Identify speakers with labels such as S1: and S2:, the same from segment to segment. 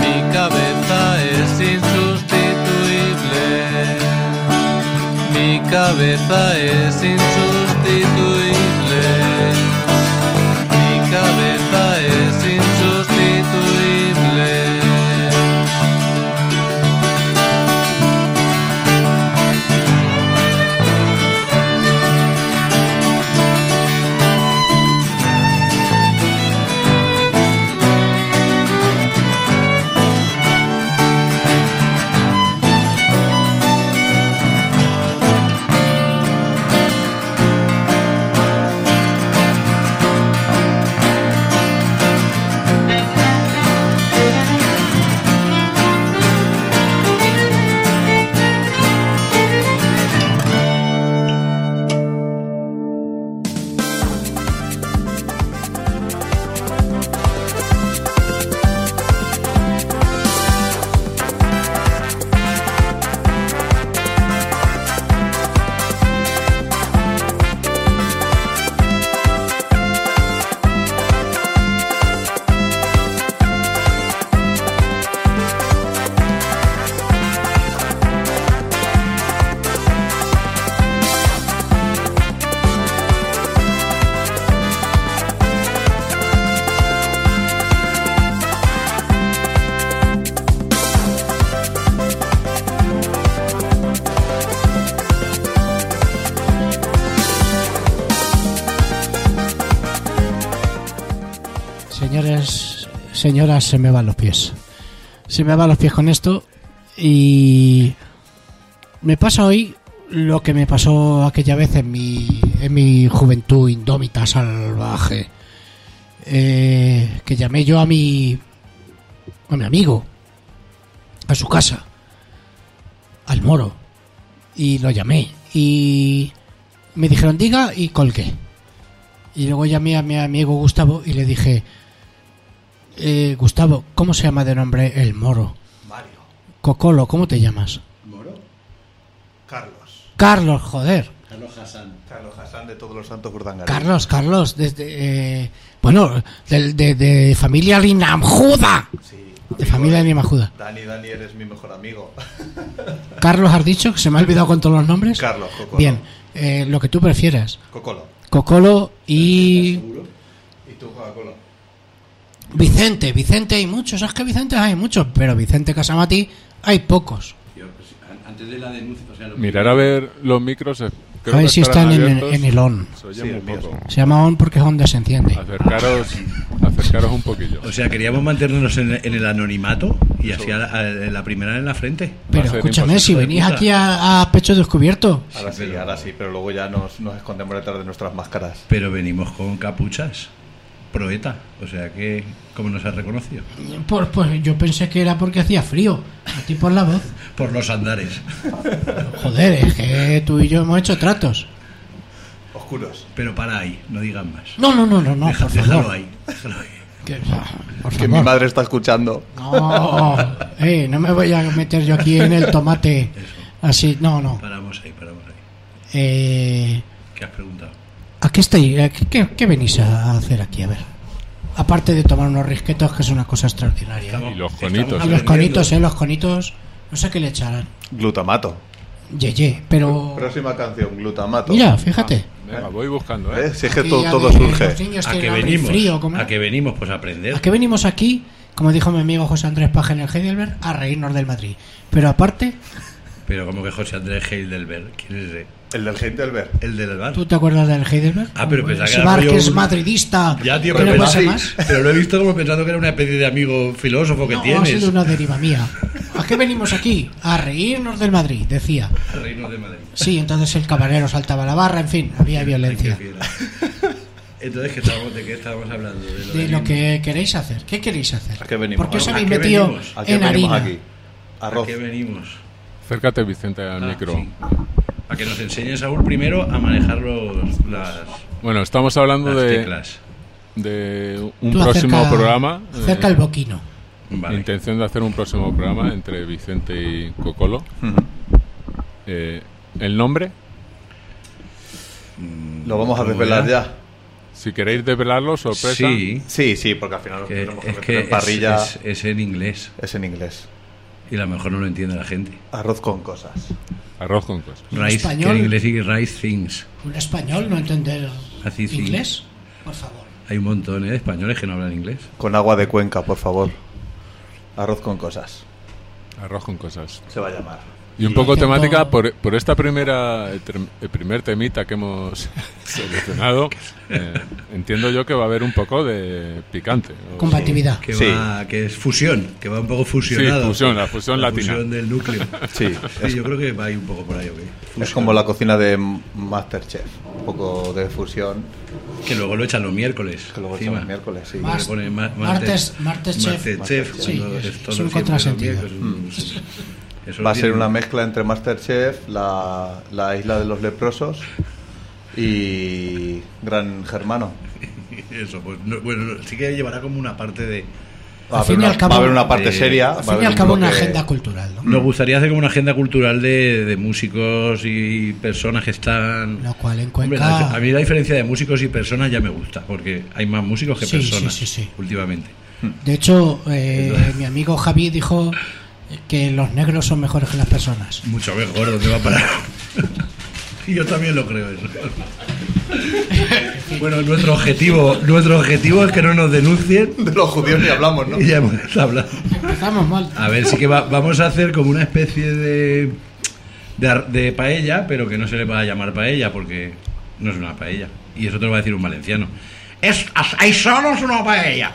S1: Mi cabeza es insustituible. Mi cabeza es insustituible. Mi cabeza es insustituible.
S2: Señores, señoras, se me van los pies. Se me van los pies con esto y me pasa hoy lo que me pasó aquella vez en mi, en mi juventud indómita salvaje. Eh, que llamé yo a mi a mi amigo a su casa al moro y lo llamé y me dijeron diga y colgué y luego llamé a mi amigo Gustavo y le dije, eh, Gustavo, ¿cómo se llama de nombre el moro?
S3: Mario.
S2: Cocolo, ¿cómo te llamas?
S3: ¿Moro? Carlos.
S2: Carlos, joder.
S4: Carlos Hassan.
S3: Carlos Hassan de Todos los Santos Urdangarín.
S2: Carlos, Carlos, desde... eh, bueno, de, de- de familia Rinamjuda.
S3: Sí.
S2: De familia de mi majuda.
S3: Dani, Dani, eres mi mejor amigo.
S2: Carlos, has dicho que se me ha olvidado con todos los nombres.
S3: Carlos, Cocolo.
S2: Bien, eh, lo que tú prefieras.
S3: Cocolo.
S2: Cocolo y...
S4: ¿Seguro?
S3: ¿Y tú, Coca-Cola?
S2: Vicente, Vicente hay muchos, es que Vicente hay muchos, pero Vicente Casamati hay pocos.
S4: Yo, pues, an- antes de la denuncia, o sea, lo
S5: Mirar a ver los micros. eh, creo
S2: A ver
S5: que
S2: si
S5: estarán
S2: están en-
S5: abiertos.
S2: en el on.
S5: Se oye
S3: Sí,
S5: muy
S3: el mío
S5: poco.
S2: Se llama ON porque es donde se enciende.
S5: Acercaros, acercaros un poquillo.
S4: O sea, queríamos mantenernos en, en el anonimato y así a la, a la primera en la frente.
S5: Va a
S2: Pero
S5: ser
S2: escúchame,
S5: imposible.
S2: si venís
S4: Escucha.
S2: aquí a, a pecho descubierto,
S3: Ahora sí, ahora sí, pero luego ya nos, nos escondemos detrás de nuestras máscaras.
S4: Pero venimos con capuchas. Proeta. O sea que, ¿cómo nos has reconocido?
S2: pues, pues yo pensé que era porque hacía frío. A ti por la voz.
S4: Por los andares.
S2: Joder, es que tú y yo hemos hecho tratos.
S3: Oscuros.
S4: Pero para ahí, no digan más.
S2: No, no, no, no, no,
S4: Deja-
S2: por
S4: déjalo
S2: favor.
S4: ahí. Déjalo ahí.
S2: Que, ah, por
S3: Que mi
S2: favor.
S3: madre está escuchando.
S2: No, Oh, eh, no me voy a meter yo aquí en el tomate. Así, no, no.
S4: Paramos ahí, paramos ahí.
S2: Eh,
S4: ¿Qué has preguntado?
S2: ¿A qué estáis? ¿A qué, qué- qué venís a hacer aquí? A ver. Aparte de tomar unos risquetos, que es una cosa extraordinaria. ¿eh?
S5: Y los
S4: Estamos
S5: conitos.
S2: A los
S4: aprendiendo.
S2: conitos, eh, los conitos. No sé qué le echarán.
S3: Glutamato.
S2: Yeye, pero.
S3: Próxima canción, glutamato.
S2: Mira, fíjate.
S5: Venga, voy buscando, ¿eh?
S3: ¿Eh? Si es que
S2: Aquí
S3: todo,
S2: ya
S3: todo
S2: ven-
S3: surge.
S2: los niños
S4: ¿A
S2: tienen
S4: qué
S2: hambre y
S4: venimos?
S2: frío, ¿cómo?
S4: ¿A qué venimos? Pues a aprender.
S2: ¿A qué venimos aquí como dijo mi amigo José Andrés Paje en el Heidelberg, a reírnos del Madrid. Pero aparte,
S4: Pero como que José Andrés Heidelberg, ¿quién es ese?
S3: El del Heidelberg.
S4: El del bar.
S2: ¿tú te acuerdas del Heidelberg?
S4: Ah, pero pensaba que
S2: Ese
S4: era
S2: bar que
S4: rollo-
S2: es madridista.
S4: Ya, tío,
S2: ¿qué
S4: pero,
S2: le
S4: pensaba-
S2: pasa
S4: sí,
S2: más?
S4: pero lo he visto como pensando que era una especie de amigo filósofo que
S2: No, ha
S4: tienes.
S2: sido una deriva mía. ¿A qué venimos aquí? A reírnos del Madrid, decía.
S4: El reino de Madrid.
S2: Sí, entonces el camarero saltaba la barra, en fin, había violencia.
S4: Ay, qué fiera. Entonces, ¿qué estábamos, ¿de qué estábamos hablando? De lo
S2: De
S4: del
S2: lo
S4: himno.
S2: que queréis hacer. ¿Qué queréis hacer?
S3: ¿A qué venimos?
S2: ¿Por qué os
S4: ¿A
S2: habéis
S4: qué
S2: metido
S4: venimos?
S3: ¿A qué
S2: en
S3: venimos
S2: harina?
S3: aquí?
S4: ¿A
S3: Arroz.
S4: qué venimos?
S5: Acércate, Vicente, al
S4: Ah,
S5: micro.
S4: sí. A que nos enseñe Saúl primero a manejar los, las,
S5: Bueno, estamos hablando
S4: las
S5: de,
S4: teclas.
S5: de un
S2: Tú
S5: próximo
S2: acerca-
S5: programa. eh,
S2: Acerca el boquino.
S4: Vale.
S5: Intención de hacer un próximo programa entre Vicente y Cocolo.
S3: Ujú.
S5: Eh, ¿El nombre?
S4: Mm,
S3: Lo vamos a
S4: ¿Cómo
S3: desvelar
S4: era?
S3: ya.
S5: Si queréis desvelarlo, sorpresa.
S4: Sí,
S3: Sí, sí, porque al final lo
S4: que
S3: tenemos que
S4: es
S3: meter
S4: que
S3: en parrilla.
S4: es, es- es en inglés
S3: es en inglés.
S4: y a lo mejor no lo entiende la gente.
S3: Arroz con cosas.
S5: Arroz con cosas.
S2: ¿En
S4: Rice,
S2: español?
S4: que en inglés sigue rice things.
S2: Un español no entender
S4: Así sí.
S2: inglés, por favor.
S4: Hay un montón ¿eh? de españoles que no hablan inglés.
S3: Con agua de cuenca, por favor. Arroz con cosas.
S5: Arroz con cosas.
S3: Se va a llamar.
S5: Y un poco
S2: Acento-
S5: temática por, por esta primera eh, ter- eh, primer temita que hemos seleccionado. eh, entiendo yo que va a haber un poco de picante. ¿no?
S2: Combatividad.
S4: Que,
S3: Sí.
S4: va, que es fusión, que va un poco fusionado.
S5: Sí, fusión, la fusión
S4: La
S5: latina.
S4: fusión del núcleo.
S3: Sí,
S4: Sí,
S3: es,
S4: yo creo que va ahí un poco por ahí. ¿ok? Fusión.
S3: es como la cocina de Masterchef. Un poco de fusión
S4: Que luego lo echan los miércoles.
S3: que luego
S4: encima.
S3: echamos miércoles. Sí.
S2: Más-
S4: Le ponen ma-
S2: Martes- martes chef.
S4: chef,
S2: Sí,
S4: cuando
S2: es-
S4: todo
S2: es un
S4: siempre
S2: contrasentido.
S4: lo mismo, es un- eso
S3: Mm. Va a ser
S4: tiene-
S3: una mezcla entre Masterchef, la, la isla de los leprosos y Gran Germano.
S4: Eso, pues, no- bueno, no, sí que llevará como una parte de.
S3: Va a
S2: Al
S3: haber
S2: fin y
S3: una,
S2: al cabo-
S3: va a haber una parte
S4: Eh,
S3: seria. va
S2: Al
S3: a
S2: fin y
S3: haber
S2: al
S3: un
S2: cabo una
S3: bloque-
S2: agenda cultural, ¿no?
S4: Nos gustaría hacer como una agenda cultural de, de músicos y personas que están.
S2: Lo cual en
S4: Hombre,
S2: Cuenca-
S4: la- a mí la diferencia de músicos y personas ya me gusta, porque hay más músicos que
S2: Sí, sí,
S4: personas
S2: sí, sí.
S4: últimamente.
S2: De hecho, eh, mi amigo Javi dijo que los negros son mejores que las personas.
S4: Mucho mejor, ¿dónde va a parar? y yo también lo creo eso. bueno, nuestro objetivo, nuestro objetivo es que no nos denuncien
S3: De los judíos ni hablamos, ¿no?
S4: y ya hemos hablado.
S2: Empezamos mal.
S4: A ver, sí que va- vamos a hacer como una especie de, de, ar- de paella, pero que no se le va a llamar paella porque no es una paella. Y eso te lo va a decir un valenciano. Es, as- hay solo es una paella.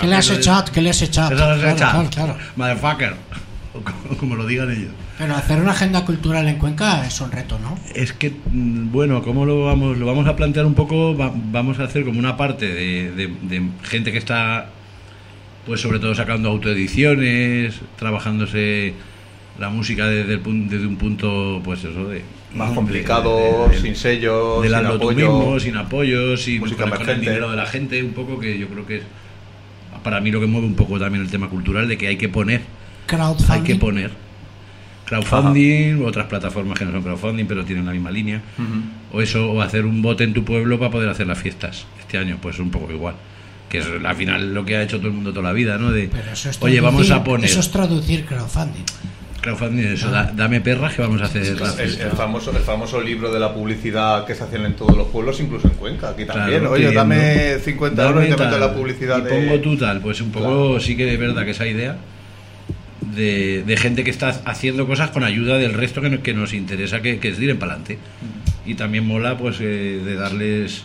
S2: ¿Qué le has echado? ¿Qué le has echado?
S4: Esa Ah, es la
S2: Claro,
S4: hecha.
S2: claro, claro.
S4: Motherfucker. O como, como lo digan ellos.
S2: Pero hacer una agenda cultural en Cuenca es un reto, ¿no?
S4: Es que, mm, bueno, ¿cómo lo vamos? Lo vamos a plantear un poco, va- vamos a hacer como una parte de, de- de gente que está, pues sobre todo sacando autoediciones, trabajándose la música desde, el, pun- desde un punto, pues eso, de...
S3: Más
S4: de-
S3: complicado,
S4: de- de-
S3: sin sellos,
S4: Del
S3: sin
S4: hazlo tú
S3: apoyo.
S4: mismo, sin apoyos, sin
S3: Música
S4: con, con el
S3: emergente.
S4: dinero de la gente, un poco que yo creo que es para mí lo que mueve un poco también el tema cultural, de que hay que poner
S2: Crowdfunding.
S4: hay que poner crowdfunding, otras plataformas que no son crowdfunding, pero tienen la misma línea. O eso, o hacer un bote en tu pueblo para poder hacer las fiestas. Este año, pues un poco igual. Que es al final lo que ha hecho todo el mundo toda la vida, ¿no? De,
S2: Pero eso es
S4: oye, vamos
S2: traducir-
S4: a poner
S2: Eso es Ah. traducir crowdfunding.
S4: crowdfunding, eso, da- dame perras que vamos a hacer la
S3: El,
S4: fiesta.
S3: el famoso, el famoso libro de la publicidad que se hacían en todos los pueblos, incluso en Cuenca, aquí también.
S4: Claro,
S3: Oye,
S4: pidiendo,
S3: dame 50
S4: dame
S3: euros y te
S4: tal,
S3: meto en la publicidad
S4: y
S3: de...
S4: pongo tú tal, pues un poco
S3: Claro.
S4: sí que es verdad que esa idea de, de gente que está haciendo cosas con ayuda del resto que, no- que nos interesa que, que es ir en pa'lante.
S3: Mm.
S4: Y también mola pues eh, de darles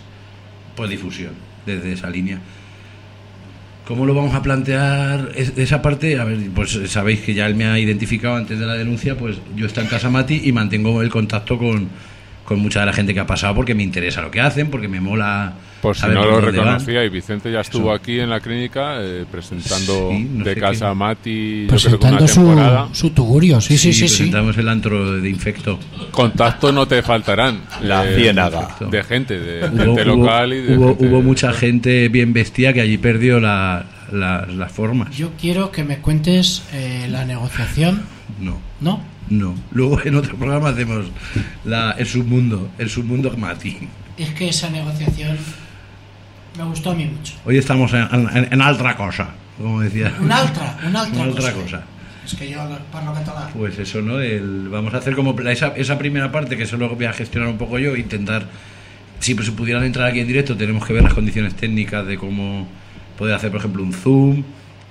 S4: pues difusión desde esa línea. ¿Cómo lo vamos a plantear Es- esa parte? A ver, pues sabéis que ya él me ha identificado antes de la denuncia, pues yo está en casa Mati y mantengo el contacto con, con mucha de la gente que ha pasado porque me interesa lo que hacen, porque me mola.
S5: Por si
S4: saber
S5: no lo
S4: dónde van.
S5: reconocía, y Vicente ya estuvo
S4: Eso.
S5: aquí en la clínica eh, presentando
S4: Sí, no
S5: de
S4: sé
S5: casa
S4: qué.
S5: a Mati, yo creo que una
S2: Presentando
S5: temporada.
S2: Pues su, su tugurio. Sí, sí, sí. sí.
S4: Presentamos el antro de infecto.
S5: Contactos no te faltarán.
S3: La
S5: Eh,
S3: ciénaga.
S5: De gente, de gente local y de
S4: hubo-
S5: gente-
S4: hubo mucha gente bien vestida que allí perdió la- la- las formas.
S2: Yo quiero que me cuentes eh, la negociación,
S4: No.
S2: ¿no?
S4: No. Luego en otro programa hacemos la, el submundo, el submundo Mati.
S2: Es que esa negociación me gustó a mí mucho.
S4: Hoy estamos en, en- en otra cosa, como decía.
S2: Un altra, un altra.
S4: Una otra cosa.
S2: Es que yo parlo catalán.
S4: Pues eso, ¿no? El- vamos a hacer como la- esa, esa primera parte que solo voy a gestionar un poco yo, intentar, si pues, pudieran entrar aquí en directo, tenemos que ver las condiciones técnicas de cómo poder hacer, por ejemplo, un zoom,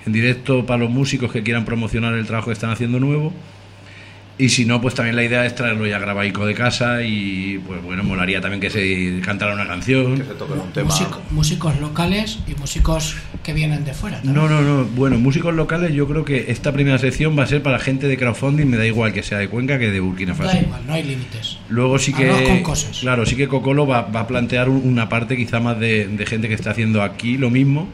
S4: en directo para los músicos que quieran promocionar el trabajo que están haciendo nuevo. Y si no, pues también la idea es traerlo ya grabaico de casa y pues bueno, molaría también que se cantara una
S3: Que
S4: canción.
S3: se toque un tema.
S2: Músico- músicos locales y músicos que vienen de fuera. también.
S4: No, no, no. Bueno, músicos locales, yo creo que esta primera sección va a ser para gente de crowdfunding, me da igual que sea de Cuenca que de Burkina Faso.
S2: Da igual, no hay límites.
S4: Luego sí que.
S2: Arroz con cosas.
S4: Claro, sí que Cocolo va, va a plantear un- una parte quizá más de, de gente que está haciendo aquí lo mismo,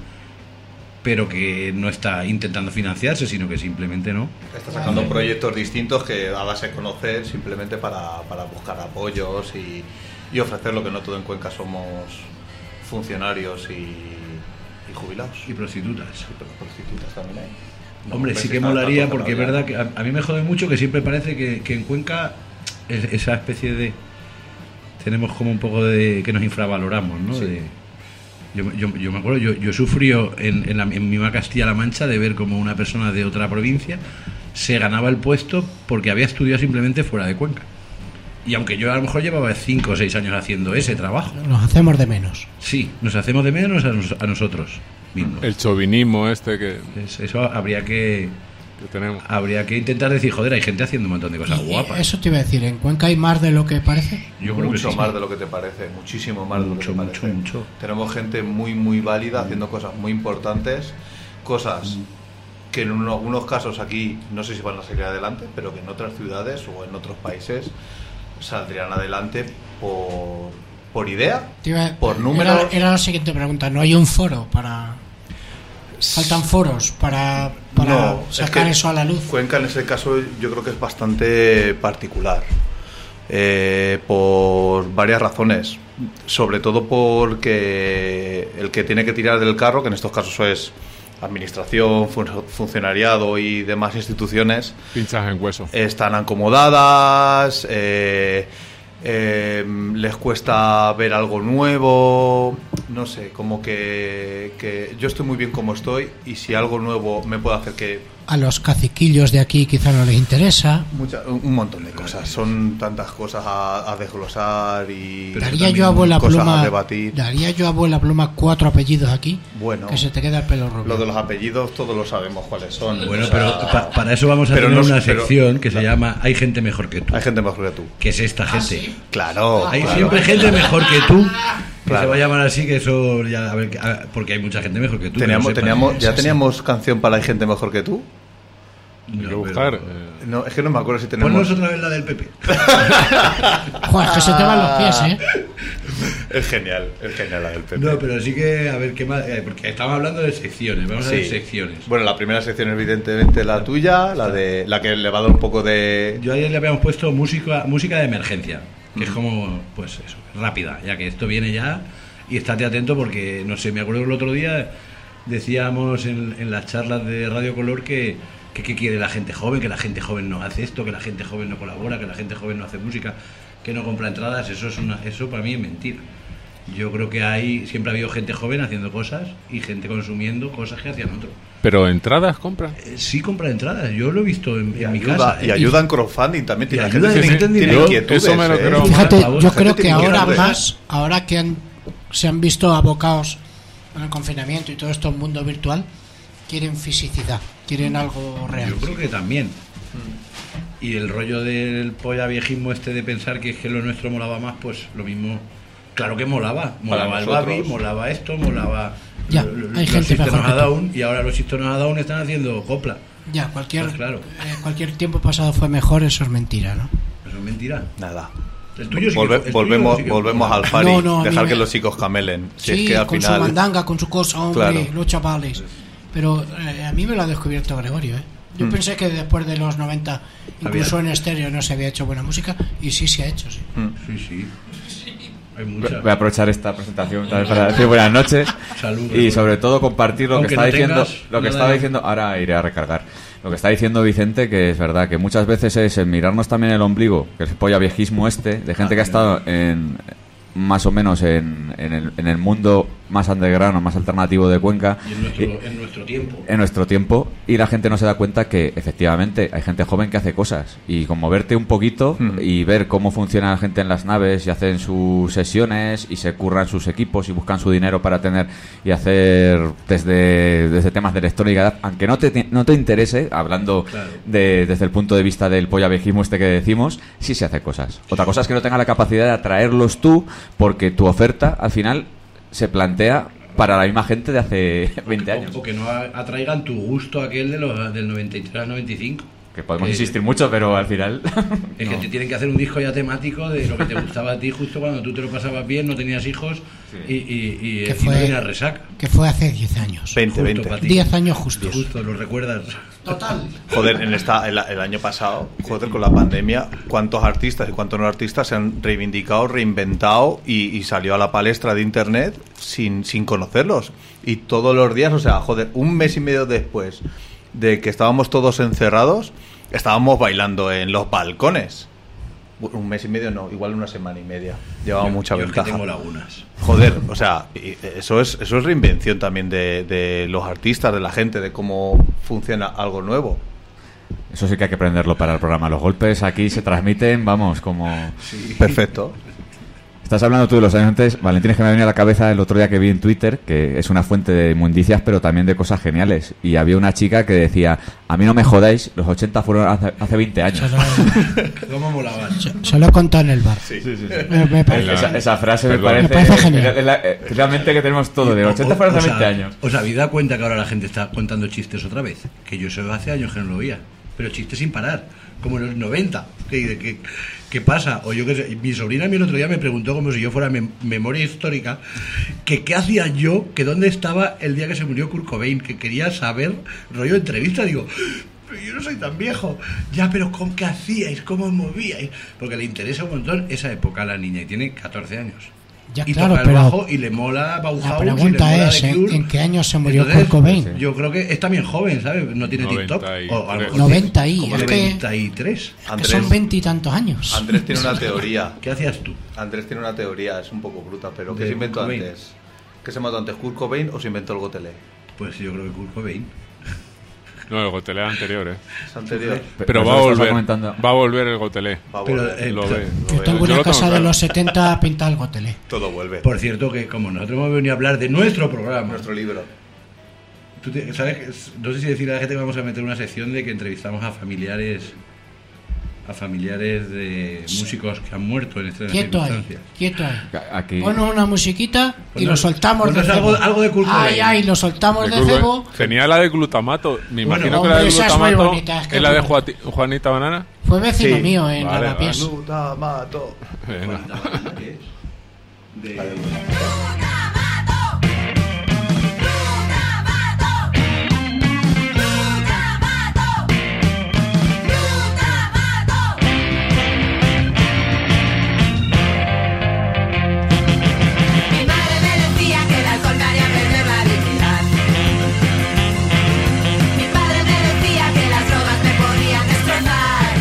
S4: pero que no está intentando financiarse, sino que simplemente no.
S3: Está sacando proyectos distintos que a base de conocer simplemente para, para buscar apoyos y, y ofrecer lo que no todo en Cuenca somos funcionarios y, y jubilados.
S4: Y prostitutas.
S3: pero prostitutas también hay.
S4: Hombre,
S3: No,
S4: sí
S3: pues
S4: que
S3: está- está
S4: molaría,
S3: todo
S4: porque es
S3: todavía.
S4: verdad que a, a mí me jode mucho que siempre parece que, que en Cuenca es- esa especie de. Tenemos como un poco de. que nos infravaloramos, ¿no? De- yo, yo- yo me acuerdo, yo, yo sufrió en, en la- en mi ma Castilla-La Mancha de ver como una persona de otra provincia se ganaba el puesto porque había estudiado simplemente fuera de Cuenca. Y aunque yo a lo mejor llevaba 5 o 6 años haciendo ese trabajo,
S2: Nos hacemos de menos.
S4: sí, nos hacemos de menos a, nos- a nosotros mismos.
S5: El chauvinismo este que,
S4: Es- Eso habría que,
S5: que tenemos.
S4: habría que intentar decir, joder, hay gente haciendo un montón de cosas
S2: Y- y
S4: guapas.
S2: Eso te iba a decir, en Cuenca hay más de lo que parece.
S4: Yo creo
S3: mucho
S4: que sí.
S3: más de lo que te parece, muchísimo más
S4: Mucho,
S3: de lo que
S4: mucho,
S3: te parece.
S4: mucho.
S3: Tenemos gente muy, muy válida haciendo cosas muy importantes, cosas
S4: Mm.
S3: que en uno- algunos casos aquí no sé si van a salir adelante, pero que en otras ciudades o en otros países saldrían adelante por, por idea.
S2: Te iba-
S3: Por números-
S2: Era, era la siguiente pregunta, ¿no hay un foro para... Faltan foros para, para
S3: No, es
S2: sacar
S3: que
S2: eso a la luz?
S3: Cuenca en ese caso yo creo que es bastante particular. eh, por varias razones. Sobre todo porque el que tiene que tirar del carro, que en estos casos es administración, fun- funcionariado y demás instituciones,
S5: Pinchas en hueso.
S3: están acomodadas, eh, eh, les cuesta ver algo nuevo, no sé, como que, que yo estoy muy bien como estoy y si algo nuevo me puede hacer que...
S2: A los caciquillos de aquí quizá no les interesa.
S3: mucha- un montón de cosas, son tantas cosas a, a desglosar y...
S4: Pero
S2: Daría
S4: también
S2: yo, a abuela
S3: cosas a
S2: pluma,
S3: debatir.
S2: daría yo a abuela pluma cuatro apellidos aquí,
S3: Bueno.
S2: que se te queda el pelo rubio.
S3: Lo de los apellidos todos lo sabemos cuáles son.
S4: Bueno,
S3: o sea,
S4: pero pa- para eso vamos a
S3: pero
S4: tener
S3: no-
S4: una
S3: pero-
S4: sección que se llama Hay gente mejor que tú.
S3: Hay gente mejor que tú.
S4: Que es esta gente.
S3: Ah, Claro,
S4: Hay
S3: claro.
S4: siempre gente mejor que tú. Que se
S3: Claro.
S4: va a llamar así, que eso ya, a ver, que- a- porque hay mucha gente mejor que tú. que
S3: Teníamos,
S4: no sepa-
S3: teníamos,
S2: es
S3: ¿Ya
S2: así.
S3: teníamos canción para Hay gente mejor que tú?
S4: No,
S5: Hay que
S4: pero-
S5: buscar. eh,
S3: No, es que no me acuerdo si tenemos...
S4: Ponnos otra vez la del PP.
S2: Joder, que se te van los pies, ¿eh?
S3: Es genial, es genial la del PP.
S4: No, pero sí que, a ver, qué más. eh, porque estamos hablando de secciones. Vamos a
S3: Sí.
S4: ver secciones.
S3: Bueno, la primera sección es evidentemente la tuya, la de la que le va a dar un poco de
S4: Yo ayer le habíamos puesto música, música de emergencia, que es como, pues eso, rápida, ya que esto viene ya y estate atento porque, no sé, me acuerdo que el otro día decíamos en, en las charlas de Radio Color que, que, qué quiere la gente joven, que la gente joven no hace esto, que la gente joven no colabora, que la gente joven no hace música, que no compra entradas, eso, es una, eso para mí es mentira. Yo creo que hay, siempre ha habido gente joven haciendo cosas y gente consumiendo cosas que hacían otros.
S5: Pero entradas compras.
S4: Eh, Sí compra entradas, yo lo he visto en, en mi
S3: ayuda,
S4: casa.
S3: y
S4: eh.
S3: ayuda en crowdfunding también.
S4: Y
S3: Tiene, la
S4: ayuda
S3: gente
S4: en
S3: tiene-
S4: crowdfunding.
S3: tiene
S5: Yo-
S3: inquietudes,
S5: eso me lo
S3: ¿eh?
S5: creo.
S2: Fíjate,
S4: favor,
S2: yo
S4: gente
S2: creo que
S3: tiene que
S2: ahora
S3: ver.
S2: más, ahora que han, se han visto abocados en el confinamiento y todo esto en mundo virtual, quieren fisicidad, quieren algo real.
S4: Yo creo que también. Y el rollo del polla viejismo este de pensar que es que lo nuestro molaba más, pues lo mismo. Claro que molaba. Molaba el
S3: nosotros.
S4: Babi, molaba esto, molaba
S2: Ya,
S4: lo- lo-
S2: hay
S4: los
S2: gente
S4: System
S2: mejor
S4: of
S2: que
S4: a
S2: tú.
S4: Down y ahora los System of a Down están haciendo copla.
S2: Ya, cualquier,
S4: Pues claro.
S2: eh, cualquier tiempo pasado fue mejor, eso es mentira, ¿no?
S4: Eso es mentira.
S3: Nada.
S4: El tuyo sí que-
S3: Volve-
S4: el tuyo
S3: volvemos
S4: sí que-
S3: volvemos al Fari.
S2: No, no, a mí
S3: dejar
S2: me-
S3: que los chicos camelen. Si
S2: sí,
S3: es que al
S2: con su
S3: final.
S2: mandanga, con su cosa, hombre,
S3: Claro.
S2: los chavales. Pero eh, a mí me lo ha descubierto Gregorio, ¿eh?
S3: Mm.
S2: Yo pensé que después de los 90, incluso en estéreo, no se había hecho buena música, y sí se ha hecho, sí.
S4: Sí, sí. Hay muchas.
S6: Hmm. Voy a aprovechar esta presentación tal vez para decir buenas noches
S4: Salud,
S6: y
S4: Gregorio.
S6: sobre todo compartir lo
S4: Aunque
S6: que está
S4: no
S6: diciendo,
S4: tengas
S6: lo que
S4: nada
S6: estaba
S4: de-
S6: diciendo. Ahora iré a recargar. Lo que está diciendo Vicente, que es verdad que muchas veces es el mirarnos también el ombligo, que es el polla
S4: Ah,
S6: viejismo este, de gente que ha estado en más o menos en, en el, en el mundo más underground o más alternativo de Cuenca.
S4: Y en nuestro, en nuestro tiempo.
S6: en nuestro tiempo y la gente no se da cuenta que efectivamente hay gente joven que hace cosas y como verte un poquito
S3: Mm.
S6: y ver cómo funciona la gente en las naves y hacen sus sesiones y se curran sus equipos y buscan su dinero para tener y hacer desde, desde temas de electrónica, aunque no te, ti- no te interese, hablando
S4: Claro.
S6: de- desde el punto de vista del pollavejismo este que decimos, sí se hace cosas. Otra cosa es que no tengas la capacidad de atraerlos tú porque tu oferta al final se plantea para la misma gente de hace 20 años.
S4: O, o que no a- atraigan tu gusto aquel de los, del 93 al 95.
S6: Que podemos
S4: Eh,
S6: insistir mucho, pero al final.
S4: Es que
S6: No.
S4: te tienen que hacer un disco ya temático de lo que te gustaba a ti justo cuando tú te lo pasabas bien, no tenías hijos y, y, y-
S2: Que
S4: y
S2: fue-
S4: no tenías resaca.
S2: Que fue hace 10 años.
S3: 20,
S4: Justo
S3: 20.
S4: para ti.
S2: 10 años justos.
S4: Justo, lo recuerdas.
S2: Total.
S3: Joder, en esta, el, el año pasado, joder, con la pandemia, cuántos artistas y cuántos no artistas se han reivindicado, reinventado y, y salió a la palestra de internet sin, sin conocerlos. Y todos los días, o sea, joder, un mes y medio después de que estábamos todos encerrados, estábamos bailando en los balcones. Bu- Un mes y medio no, igual una semana y media. Llevaba mucha
S4: Yo es que
S3: ventaja.
S4: tengo lagunas.
S3: Joder, o sea, y- eh, eso es, eso es reinvención también de, de los artistas, de la gente, de cómo funciona algo nuevo.
S6: Eso sí que hay que aprenderlo para el programa. Los golpes aquí se transmiten, vamos, como.
S3: Perfecto.
S6: Estás hablando tú de los años antes. Valentín, es que me venía a la cabeza el otro día que vi en Twitter, que es una fuente de inmundicias, pero también de cosas geniales. Y había una chica que decía: A mí no me jodáis, los 80 fueron hace, hace 20 años.
S2: Solo,
S4: ¿Cómo molaban?
S2: se lo he contado en el bar. Me, me parece-
S6: Esa, esa frase me
S5: Perdón.
S6: parece.
S2: Me parece genial.
S6: es la- es la mente que tenemos todo, de los 80 fueron hace
S4: O sea,
S6: 20 años.
S4: ¿Os habéis dado cuenta que ahora la gente está contando chistes otra vez? Que yo eso hace años que no lo oía. Pero chistes sin parar. Como en los 90. ¿Qué, qué, qué pasa? O yo qué sé. Mi sobrina a mí el otro día me preguntó, como si yo fuera mem- memoria histórica, que qué hacía yo, que dónde estaba el día que se murió Kurt Cobain, que quería saber, rollo entrevista. Digo, pero yo no soy tan viejo. Ya, pero ¿con qué hacíais? ¿Cómo os movíais? Porque le interesa un montón esa época a la niña y tiene 14 años
S2: Ya,
S4: y
S2: claro,
S4: toca el
S2: pero-
S4: bajo y le mola Bauhaus.
S2: La
S4: y le
S2: pregunta
S4: mola
S2: es, ¿eh?
S4: The
S2: ¿en-
S4: Cure.
S2: en qué año se murió
S4: Entonces,
S2: Kurt Cobain?
S4: Yo creo que es también joven, ¿sabes? No tiene TikTok.
S5: 93.
S4: O, a lo mejor
S2: 90
S4: tiene
S2: y,
S4: como
S2: es que-
S4: 93.
S2: que son veintitantos años.
S3: Andrés tiene una teoría.
S4: ¿Qué hacías tú?
S3: Andrés tiene una teoría, es un poco bruta, pero ¿qué
S4: De
S3: se inventó
S4: Cobain.
S3: antes? ¿Qué se mató antes, Kurt Cobain o se inventó el Gotelé?
S4: Pues yo creo que Kurt Cobain.
S5: No, el gotelé anterior, ¿eh?
S3: Es anterior.
S5: Pero
S6: Eso
S5: va a
S6: lo estaba
S5: volver.
S6: comentando.
S5: Va a volver el gotelé.
S3: Va a
S4: Pero,
S3: volver.
S4: eh,
S5: Lo
S4: pero-
S5: ve. lo
S2: Yo
S5: ve.
S2: tengo
S5: Yo
S2: una
S5: lo
S2: casa de
S5: claro.
S2: los 70 pintada al gotelé.
S3: Todo vuelve.
S4: Por cierto, que como nosotros hemos venido a hablar de nuestro programa,
S3: Nuestro libro.
S4: tú te- ¿sabes? que es- No sé si decir a la gente que vamos a meter una sección de que entrevistamos a familiares a familiares de músicos que han muerto en estas
S2: Quieto ahí,
S4: circunstancias.
S2: quieto ahí.
S6: Aquí.
S2: Ponos una musiquita y lo
S4: Ponos-
S2: soltamos de
S4: ponos
S2: cebo.
S4: pues algo- algo de Kurt
S2: Ay,
S4: Cobain.
S2: ay, lo soltamos
S5: De
S2: de
S5: Kurt Cobain.
S2: cebo.
S5: Genial la de glutamato. Me
S4: Bueno,
S5: imagino que la
S2: hombre,
S5: de
S2: esa es muy
S5: glutamato
S2: bonita, es
S5: es,
S2: que
S5: la de
S2: es muy
S5: Juati- Juanita Banana.
S2: Fue vecino
S3: Sí.
S2: mío eh, en
S5: Vale,
S2: Lavapiés.
S3: mato.
S7: Mi madre me decía que el alcohol me haría perder la dignidad. Mi padre me decía que las drogas me podían destrozar.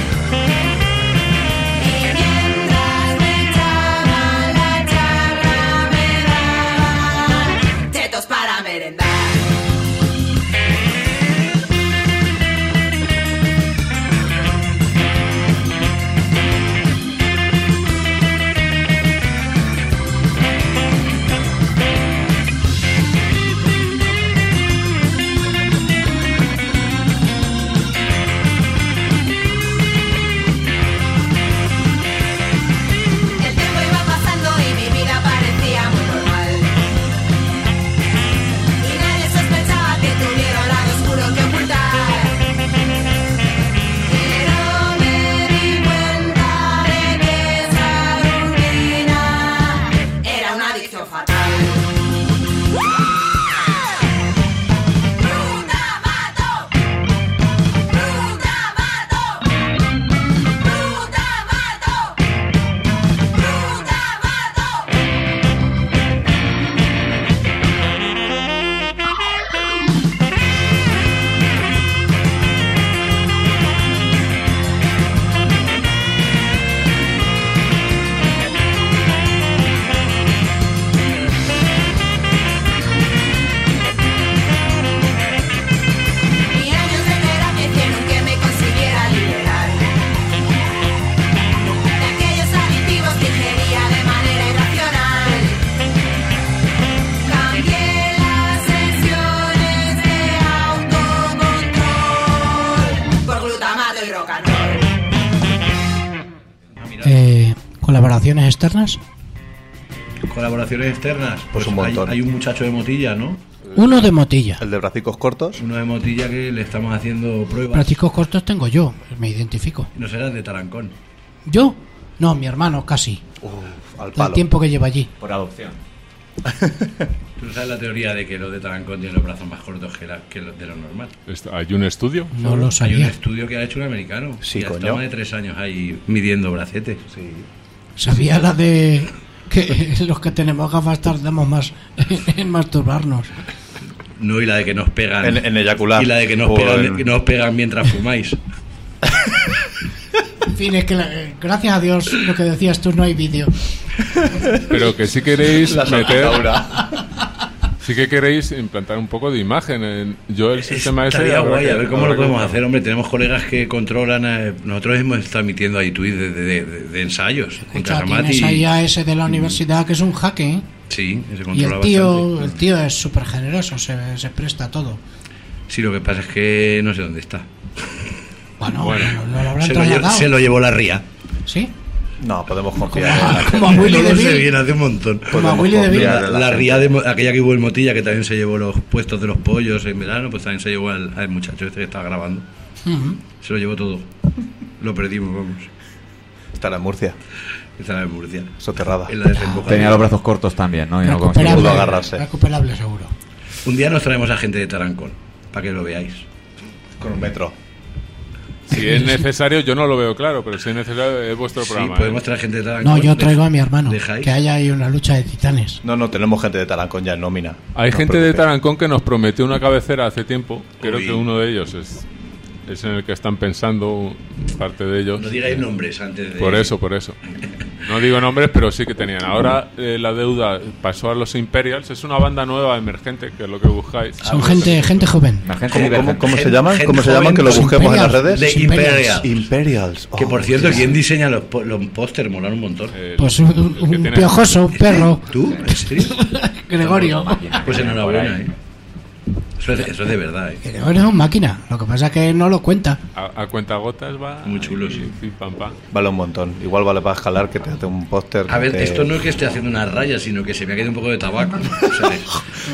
S7: Y mientras me echaba la charla me daba
S4: mirar.
S2: Eh, colaboraciones externas.
S4: Colaboraciones externas.
S3: Pues un montón.
S4: Hay, hay un muchacho de Motilla, ¿no?
S2: Uno de motilla.
S3: El de bracicos cortos.
S4: Uno de Motilla que le estamos haciendo pruebas.
S2: Prácticos cortos tengo yo, me identifico.
S4: No serás de Tarancón.
S2: ¿Yo? No, mi hermano casi.
S3: Uf, al
S2: El
S3: palo.
S2: tiempo que lleva allí.
S6: Por adopción.
S4: Tú sabes la teoría de que los de Tarancón tienen los brazos más cortos que, la- que los de lo normal.
S5: Esto- ¿Hay un estudio?
S2: No lo
S4: Hay un
S2: sabía.
S4: estudio que ha hecho un americano.
S3: Sí,
S4: y ha
S3: coño.
S4: estado más de tres años ahí midiendo bracetes.
S3: Sí.
S2: Sabía la de que los que tenemos gafas tardamos más en masturbarnos.
S4: No, y la de que nos pegan.
S3: En- en eyacular.
S4: Y la de que nos,
S3: O
S4: pegan,
S3: en-
S4: que nos pegan mientras fumáis.
S2: En fin, es que la- eh, gracias a Dios lo que decías tú no hay vídeo.
S5: Pero que si queréis
S3: La
S5: meter,
S3: saltadura.
S5: sí que queréis implantar un poco de imagen. En, yo el sistema ese...
S4: Estaría
S5: habrá
S4: guay,
S5: que-
S4: a ver cómo lo
S5: habrá que-
S4: podemos hacer, hombre. Tenemos colegas que controlan. eh, nosotros hemos estado emitiendo ahí tweets de, de- de- de ensayos. con
S2: Escucha,
S4: Casamati.
S2: tienes ahí a ese de la universidad que es un jaque, ¿eh?
S4: Sí, que se
S2: Y
S4: controla
S2: el tío,
S4: bastante.
S2: el tío es súper generoso, se, se presta a todo.
S4: Sí, lo que pasa es que no sé dónde está.
S2: Bueno, lo, lo habrán
S4: Se lo, lle-
S2: trasladado.
S4: se lo llevó la ría.
S2: ¿Sí?
S3: No, podemos
S2: Como,
S3: confiar. en la gente.
S2: como a Willy
S4: no lo sé
S2: DeVille.
S4: bien, hace un montón.
S2: Como a
S3: Podemos
S2: Willy de Vil.
S3: confiar
S4: La,
S3: en la
S4: la
S3: gente.
S4: ría de Mo- aquella que hubo en Motilla, que también se llevó los puestos de los pollos en verano, pues también se llevó al, al muchacho este que estaba grabando.
S2: Ujú.
S4: Se lo llevó todo. Lo perdimos, vamos.
S3: Estará en Murcia,
S4: Estaba en Murcia.
S3: soterrada.
S4: En la desembocadura.
S6: Tenía los brazos cortos también, ¿no? Y no consiguió.
S2: recuperable,
S3: pudo agarrarse.
S2: recuperable seguro.
S4: Un día nos traemos a gente de Tarancón, para que lo veáis.
S3: Con un metro.
S5: Si es necesario, yo no lo veo claro, pero si es necesario es vuestro programa.
S4: sí, podemos
S5: ¿eh?
S4: traer gente de Tarancón.
S2: No, yo
S4: Dej-
S2: traigo a mi hermano.
S4: ¿Dejáis?
S2: Que haya ahí una lucha de titanes.
S3: No, no, tenemos gente de Tarancón ya en nómina.
S5: Hay
S3: No os
S5: gente de
S3: preocupéis.
S5: Tarancón que nos prometió una cabecera hace tiempo. Creo
S4: Uy.
S5: que uno de ellos es, es en el que están pensando parte de ellos.
S4: No digáis nombres antes de.
S5: Por eso, por eso. No digo nombres, pero sí que tenían. Ahora eh, la deuda pasó a los Imperials. Es una banda nueva, emergente, que es lo que buscáis. Ah, pues
S2: Son gente, gente joven.
S6: La gente
S3: ¿Cómo, cómo,
S6: divergente.
S3: cómo se
S4: Gente-
S3: llaman?
S4: gente
S3: ¿Cómo se llaman?
S4: joven
S3: Que lo
S2: sin
S3: busquemos en las
S2: pelos.
S3: redes.
S4: De
S2: Sin
S4: Imperial.
S3: Imperials. Oh,
S4: Que por cierto,
S3: Dios.
S4: ¿quién diseña los, po- los pósters? Molaron un montón.
S5: Eh,
S2: Pues un,
S5: el que
S2: un
S5: tiene-
S2: piojoso, un perro,
S4: ¿Tú? ¿En serio?
S2: Gregorio.
S4: Pues enhorabuena, ¿eh? Eso es, eso es de verdad, ¿eh?
S2: Gregorio es un máquina. Lo que pasa es que no lo cuenta.
S5: A, a cuentagotas va.
S4: Muy chulo,
S5: y-
S4: sí.
S5: y pam, pam.
S3: Vale un montón. Igual vale para escalar que te hace un póster.
S4: A
S3: que
S4: ver,
S3: te-
S4: esto no es que esté haciendo una raya, sino que se me ha quedado un poco de tabaco. ¿sabes?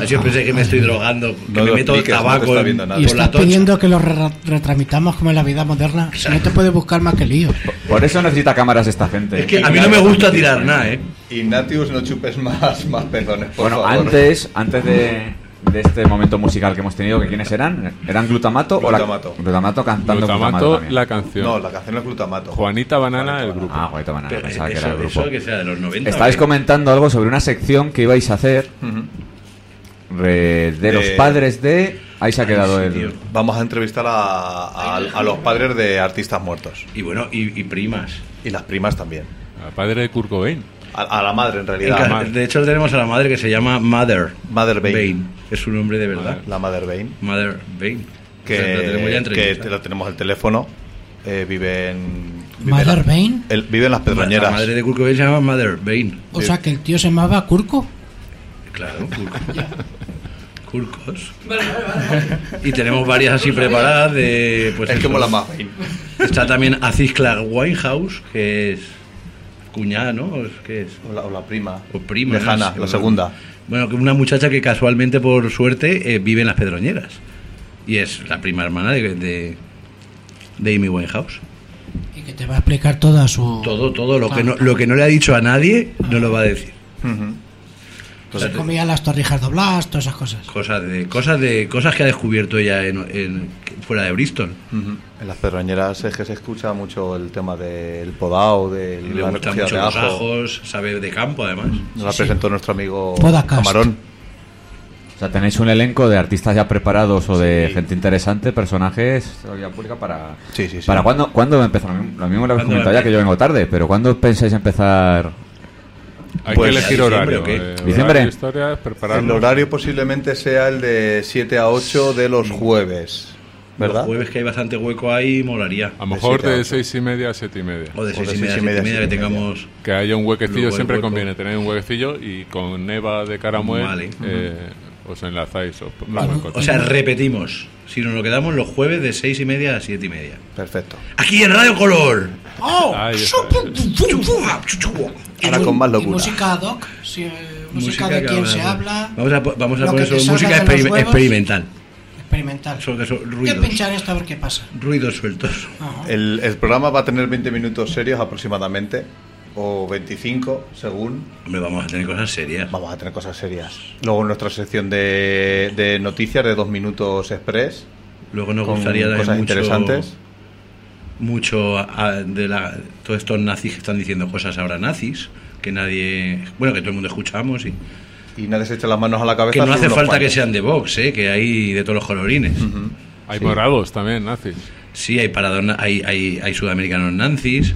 S4: Así yo pensé que me estoy drogando, que
S3: No
S4: me
S3: lo
S4: meto
S3: expliques, no te
S4: tabaco
S3: está
S4: en-
S3: viendo nada.
S2: Y
S4: por
S2: estás
S4: la tocha.
S2: pidiendo que lo re- retramitamos como en la vida moderna. Si no te puedes buscar más que lío.
S6: Por eso necesita cámaras esta gente. ¿eh?
S4: Es que a mí no me gusta tirar nada, ¿eh?
S3: Ignatius, no chupes más, más pezones, por
S6: Bueno,
S3: favor.
S6: antes, antes de, de este momento musical que hemos tenido, que quiénes eran? ¿Eran Glutamato, o
S3: Glutamato.
S6: la Glutamato cantando Glutamato,
S5: Glutamato,
S6: también?
S5: la canción.
S3: No, la canción es glutamato.
S5: Juanita Banana, el grupo.
S6: Ah, Juanito Banana,
S4: Pero
S6: pensaba que
S4: eso,
S6: era el grupo.
S4: eso que sea de los 90.
S6: Estabais
S4: ¿eh?
S6: comentando algo sobre una sección que ibais a hacer
S3: Ujú.
S6: re- de los
S3: Eh,
S6: padres de... Ahí se ha
S4: Ay,
S6: quedado
S4: sí,
S6: el...
S4: tío.
S3: Vamos a entrevistar a, a- a los padres de artistas muertos.
S4: Y bueno, y, y primas.
S3: Y las primas también.
S5: La padre de Kurt Cobain.
S3: A, a la madre, en
S4: En
S3: realidad.
S4: ca-
S5: madre.
S4: de hecho, tenemos a la madre que se llama Mother.
S3: Mother Bane.
S4: Es su nombre de verdad.
S3: La madre Bain.
S4: Mother Bane.
S3: Que,
S4: O sea, la tenemos ya entre
S3: que
S4: ellos,
S3: te-
S4: ¿eh?
S3: la tenemos el teléfono. eh, vive en. Vive en
S2: Mother
S3: la-
S2: Bane.
S3: el- vive en las
S4: La
S3: pedroñeras.
S4: madre de Kurt Cobain se llama Mother Bane.
S2: O sea que el tío se llamaba Curco.
S4: Claro, Curcos. y tenemos varias así preparadas de. Pues
S3: Es que
S4: eso.
S3: mola más Bain.
S4: Está también Aziz Clark Winehouse, que es cuñada, ¿no? O es- ¿Qué es?
S3: Eh, O la, o la prima.
S4: O prima. no
S3: Lejana, la
S4: sé, bueno.
S3: segunda.
S4: Bueno, que una muchacha que casualmente, por suerte, eh, vive en las Pedroñeras. Y es la prima hermana de, de, de Amy Winehouse.
S2: Y que te va a explicar toda su.
S4: Todo, todo. Lo, que
S2: Claro.
S4: no, lo que no le ha dicho a nadie, no lo va a decir.
S3: Ujú.
S4: Pues
S2: Se comía las torrijas dobladas, todas esas cosas.
S4: Cosas de cosas de cosas que ha descubierto ella en, en- fuera de Bristol.
S3: Ujú. En las pedroñeras es que se escucha mucho el tema del podao, de
S4: Le
S3: la
S4: gustan
S3: recogida
S4: mucho
S3: de
S4: los
S3: ajo.
S4: ajos, sabe de campo además.
S3: Nos la
S2: Sí, sí.
S3: presentó nuestro amigo
S2: Podcast.
S3: Camarón.
S6: O sea, tenéis un elenco de artistas ya preparados o de gente interesante, personajes... teoría pública para...
S3: Sí, sí, sí.
S6: ¿Para cuándo, cuándo empezaron? Lo mismo- Lo mismo lo habéis
S4: ¿Cuándo
S6: comentado ya,
S4: empe-
S6: que yo vengo tarde, pero ¿cuándo pensáis empezar?
S5: Hay
S3: Pues,
S5: que elegir
S4: ¿a diciembre
S5: horario.
S4: o qué?
S5: eh, horario,
S6: ¿Diciembre?
S5: historias, prepararnos.
S3: El horario posiblemente sea el de 7 a 8 de los jueves,
S4: Los
S3: ¿verdad?
S4: jueves que hay bastante hueco ahí molaría.
S5: A lo mejor
S3: siete a
S5: de
S3: ocho.
S5: 6 y media a 7 y media.
S4: O de
S3: O
S4: seis, y, media, siete y media, que
S3: siete y media.
S4: tengamos.
S5: Que haya un huequecillo,
S4: Luego el
S5: siempre
S4: hueco.
S5: conviene tener un huequecillo y con Neva de Caramuel
S4: Vale.
S5: eh, os enlazáis. Os, lo
S4: O
S5: encontráis.
S4: sea, repetimos. Si nos lo quedamos los jueves de seis y media a siete y media.
S3: Perfecto.
S4: Aquí en Radio Color.
S2: ¡Oh!
S5: Ahí está.
S3: Ahora con más
S2: Y
S3: locura.
S2: música ad hoc, sí, eh, música, de
S4: que
S2: quien
S4: habla-
S2: se habla,
S4: Vamos a, po- vamos a
S2: lo
S4: poner
S2: que
S4: solo
S2: te salga
S4: música
S2: de los
S4: experim-
S2: huevos.
S4: experimental.
S2: experimental.
S4: Solo que son
S2: Voy a
S4: ruidos.
S2: pinchar esto a ver qué pasa.
S4: Ruidos sueltos.
S2: Ajá.
S3: El, el programa va a tener 20 minutos serios aproximadamente, o 25, según.
S4: Hombre, vamos a tener cosas serias.
S3: Vamos a tener cosas serias. Luego nuestra sección de, de noticias de dos minutos express,
S4: Luego nos
S3: con
S4: gustaría dar
S3: cosas
S4: mucho,
S3: interesantes.
S4: mucho a- a- de la, todos estos nazis que están diciendo cosas ahora nazis, que nadie, bueno, que todo el mundo escuchamos y
S3: Y nadie se echa las manos a la cabeza.
S4: que no
S3: sin
S4: hace
S3: unos
S4: falta que
S3: paños.
S4: sean de Vox, ¿eh? que hay de todos los colorines.
S5: Hay morados también, nazis.
S4: Sí, hay paradona, hay, hay, hay sudamericanos nazis,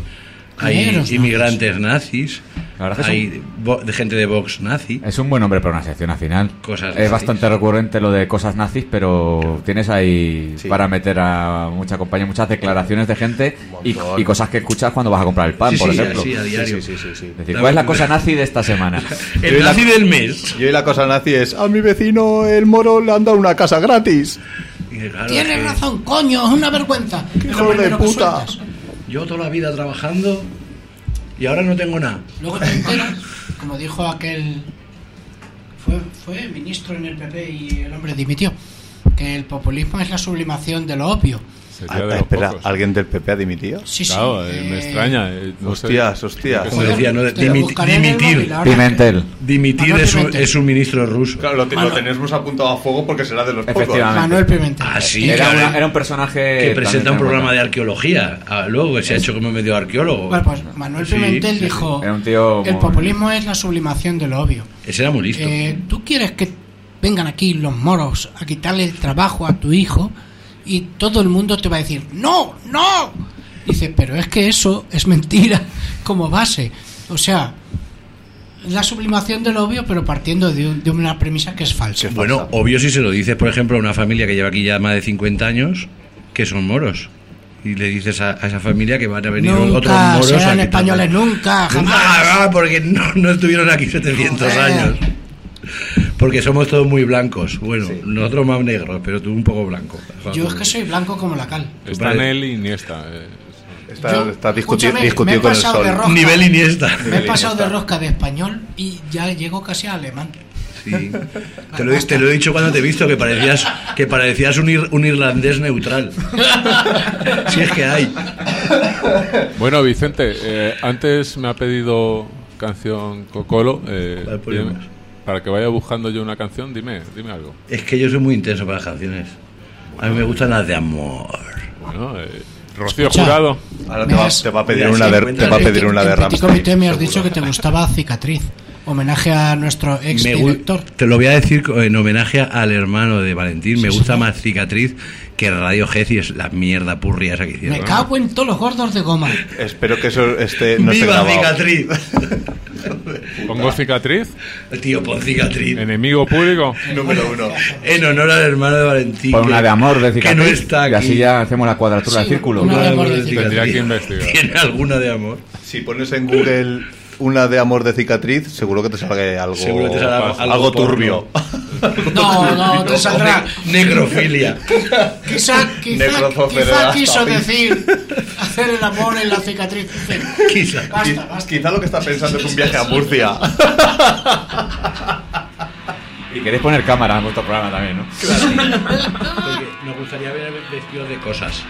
S4: hay
S2: Negros nazis.
S4: inmigrantes nazis,
S6: La verdad que
S4: hay
S6: son-
S4: vo- de gente de Vox Pues nazi.
S6: Es un buen nombre para una sección al final.
S4: Cosas
S6: es
S4: nazis.
S6: bastante recurrente lo de cosas nazis, pero tienes ahí
S3: Sí.
S6: para meter a mucha compañía, muchas declaraciones de gente y,
S3: montón.
S6: y cosas que escuchas cuando vas a comprar el pan,
S4: Sí,
S6: por
S4: sí,
S6: ejemplo.
S4: así a diario.
S3: Sí, sí, sí, sí,
S6: Es
S3: sí.
S6: decir, ¿cuál es la cosa nazi de esta semana?
S3: Yo y
S4: El
S3: la-
S4: nazi del mes.
S3: Y hoy la cosa nazi es: a mi vecino el moro le han dado una casa gratis.
S4: Y claro, es
S2: Tienes
S4: que
S2: razón, coño, es una vergüenza. Es lo
S3: hijo de
S2: primero que
S3: puta.
S2: sueltas.
S4: Yo toda la vida trabajando y ahora no tengo nada.
S2: Luego te enteras, como dijo aquel. Fue, fue ministro en el PP y el hombre dimitió. Que el populismo es la sublimación de lo obvio.
S5: Sería
S3: Ah,
S5: de los
S3: espera,
S5: pocos.
S3: ¿alguien del PP ha dimitido?
S2: Sí, sí,
S5: Claro, eh, me
S2: eh,
S5: extraña. eh, no sé.
S3: Hostias, hostias.
S4: Como decía, ¿no?
S2: te lo
S4: Dimi-
S2: buscaré en el
S4: dimitir.
S2: móvil ahora.
S6: Pimentel.
S4: Dimitir
S2: Manuel
S4: es un,
S2: Pimentel.
S4: es un ministro ruso.
S3: Claro, lo, te-
S2: Mano.
S3: lo tenemos apuntado a fuego porque será de los pocos.
S6: Efectivamente.
S2: Manuel Pimentel.
S4: Ah, sí,
S6: Era,
S4: claro,
S6: una- era un personaje
S4: que
S6: también
S4: presenta un
S6: muy
S4: programa de
S6: bueno.
S4: arqueología. Ah, luego que se ha hecho como medio arqueólogo.
S2: Bueno, pues Manuel
S4: Sí,
S2: Pimentel
S4: sí, sí.
S2: dijo:
S6: Era un tío
S2: El
S6: muy-
S2: populismo es la sublimación de lo obvio.
S4: Ese era muy listo.
S2: Eh, ¿Tú quieres que vengan aquí los moros a quitarle el trabajo a tu hijo y todo el mundo te va a decir, no, no? Dice, pero es que eso es mentira como base. O sea, la sublimación del obvio, pero partiendo de, un- de una premisa que es falsa.
S4: bueno, obvio si se lo dices, por ejemplo, a una familia que lleva aquí ya más de 50 años, que son moros. Y le dices a, a esa familia que van a venir otros
S2: nunca
S4: moros.
S2: serán
S4: a quitarle-
S2: españoles, nunca, jamás.
S4: Ah, ah, porque no, no estuvieron aquí 700
S2: Joder.
S4: años. Porque somos todos muy blancos. Bueno,
S3: Sí.
S4: nosotros más negros, pero tú un poco blanco.
S2: Yo es que soy blanco como la cal.
S5: Está
S4: Vale.
S5: Nelly y Iniesta. eh,
S3: Está,
S2: Yo-
S3: está discuti-
S2: escúchame, me he
S3: discutido con el
S2: pasado de
S3: sol.
S2: rojo.
S4: Nivel Iniesta.
S2: Me he
S3: Nivel
S2: pasado de
S3: inestable.
S2: rosca de español y ya llego casi a alemán.
S4: Sí. Te, lo, he- te lo he dicho cuando te he visto, que parecías, que parecías un, ir- un irlandés neutral. Si es que hay.
S5: Bueno, Vicente, eh, antes me ha pedido canción Cocolo. eh,
S4: Vale, pues
S5: dime-
S4: vamos.
S5: para que vaya buscando yo una canción, dime, dime algo.
S4: Es que yo soy muy intenso para las canciones. A mí me gustan las de amor.
S5: Bueno, eh, Rocío
S2: Escucha.
S5: Jurado.
S3: Ahora
S2: Me
S3: te va,
S2: has-
S3: te va a pedir
S4: me has
S3: una de,
S4: encuentra-
S3: te va a pedir
S2: En-
S3: una
S2: en
S3: de
S2: Petit Comité
S3: Rammstein,
S2: me has
S3: seguro.
S2: dicho que te gustaba Cicatriz. Homenaje a nuestro ex
S4: Me gu-
S2: director.
S4: te lo voy a decir co- en homenaje al hermano de Valentín. Me gusta más cicatriz que Radiohead y es la mierda purria esa que hicieron.
S2: Me cago en todos los gordos de goma.
S3: Espero que eso esté, no esté
S4: ¡Viva
S3: grabado.
S4: cicatriz!
S5: Pongo cicatriz.
S4: Tío, pon cicatriz.
S5: Enemigo público.
S3: Número uno.
S4: En honor al hermano de Valentín.
S6: Por una
S4: que-
S6: de amor de
S4: Que no
S6: cicatriz.
S4: está
S6: Y
S4: aquí.
S6: así ya hacemos la cuadratura del
S2: Sí,
S6: círculo.
S2: una de amor de
S4: Cicatriz.
S5: Tendría que investigar.
S4: ¿Tiene alguna de amor?
S3: Si pones en Google una de amor de cicatriz, seguro que te salga algo,
S4: Seguro que te salga algo-
S3: algo,
S4: algo
S3: turbio.
S2: No, no, te saldrá.
S4: Ne- Necrofilia.
S2: Quizá, quizá,
S3: Necrozoferia,
S2: quizá quiso
S3: también.
S2: decir hacer el amor en la cicatriz.
S4: Quizá.
S2: Basta,
S3: Quiz-
S2: basta.
S3: Quizá lo que está pensando es un viaje a Murcia.
S6: Y queréis poner cámara en vuestro programa también, ¿no?
S4: Porque nos gustaría ver vestidos de cosas.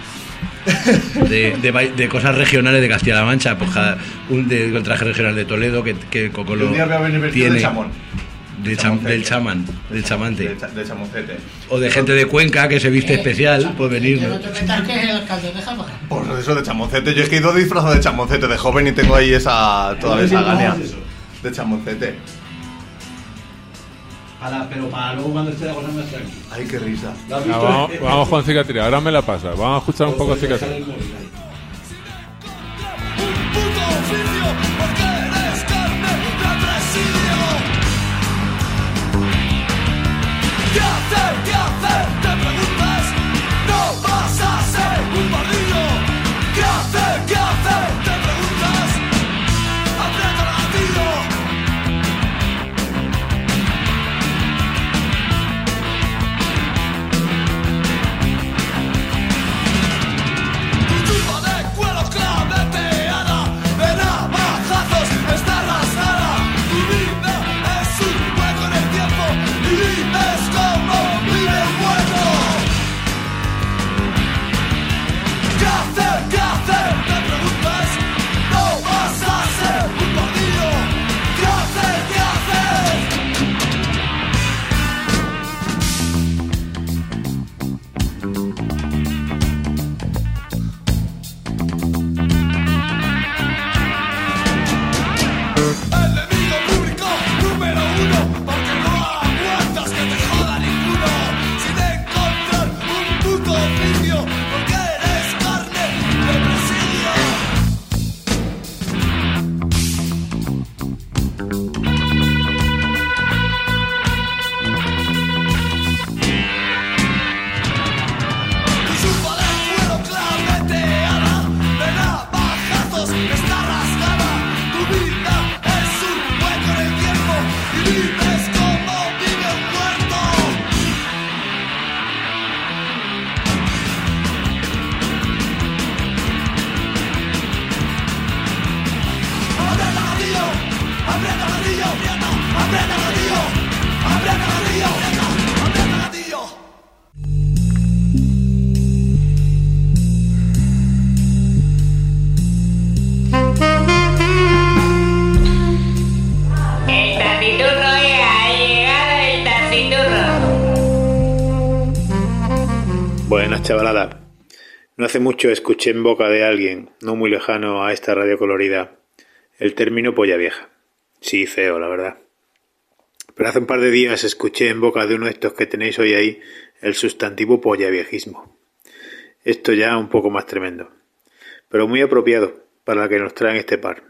S4: De, de ba- de cosas regionales de Castilla-La Mancha, pues cada- un de, el traje regional de Toledo que, que Cocolo
S3: Un día voy a venir vestido
S4: tiene
S3: de chamón.
S4: de cham-
S3: Chamoncete.
S4: del chamán, del chamante,
S3: De, cha- de chamoncete.
S4: o de gente de Cuenca que se viste especial, pues venir.
S2: Que no te metas que es el alcalde, deja bajar.
S3: Por eso de chamoncete. Yo es que he ido disfrazado de chamoncete de joven y tengo ahí esa todavía esa ganea. De chamoncete.
S4: pero para luego cuando esté la cosa más tranquila.
S3: Ay, qué risa.
S5: Ah, vamos, vamos con cicatriz. Ahora me la pasa. Vamos a escuchar un
S4: Pues,
S5: poco cicatriz.
S8: Un puto oficio, porque eres carne de presidio. ¿Qué hacer? ¿Qué hacer? Te preguntas, no vas a ser un bandido. ¿Qué hacer? ¿Qué hacer? Te preguntas, aprieta el gatillo. Culpa años está rasgada. Tu vida es un hueco en el tiempo y vives como vive un muerto. Aprieta gatillo, aprieta gatillo, aprieta, aprieta gatillo, aprieta gatillo, aprieta, aprieta gatillo.
S7: El taciturno ya ha llegado el taciturno.
S9: Buenas chavaladas. No hace mucho escuché en boca de alguien, no muy lejano a esta radio colorida, el término polla vieja. Sí, feo, la verdad. Pero hace un par de días escuché en boca de uno de estos que tenéis hoy ahí el sustantivo polla viejismo. Esto ya un poco más tremendo, pero muy apropiado para la que nos traen este par.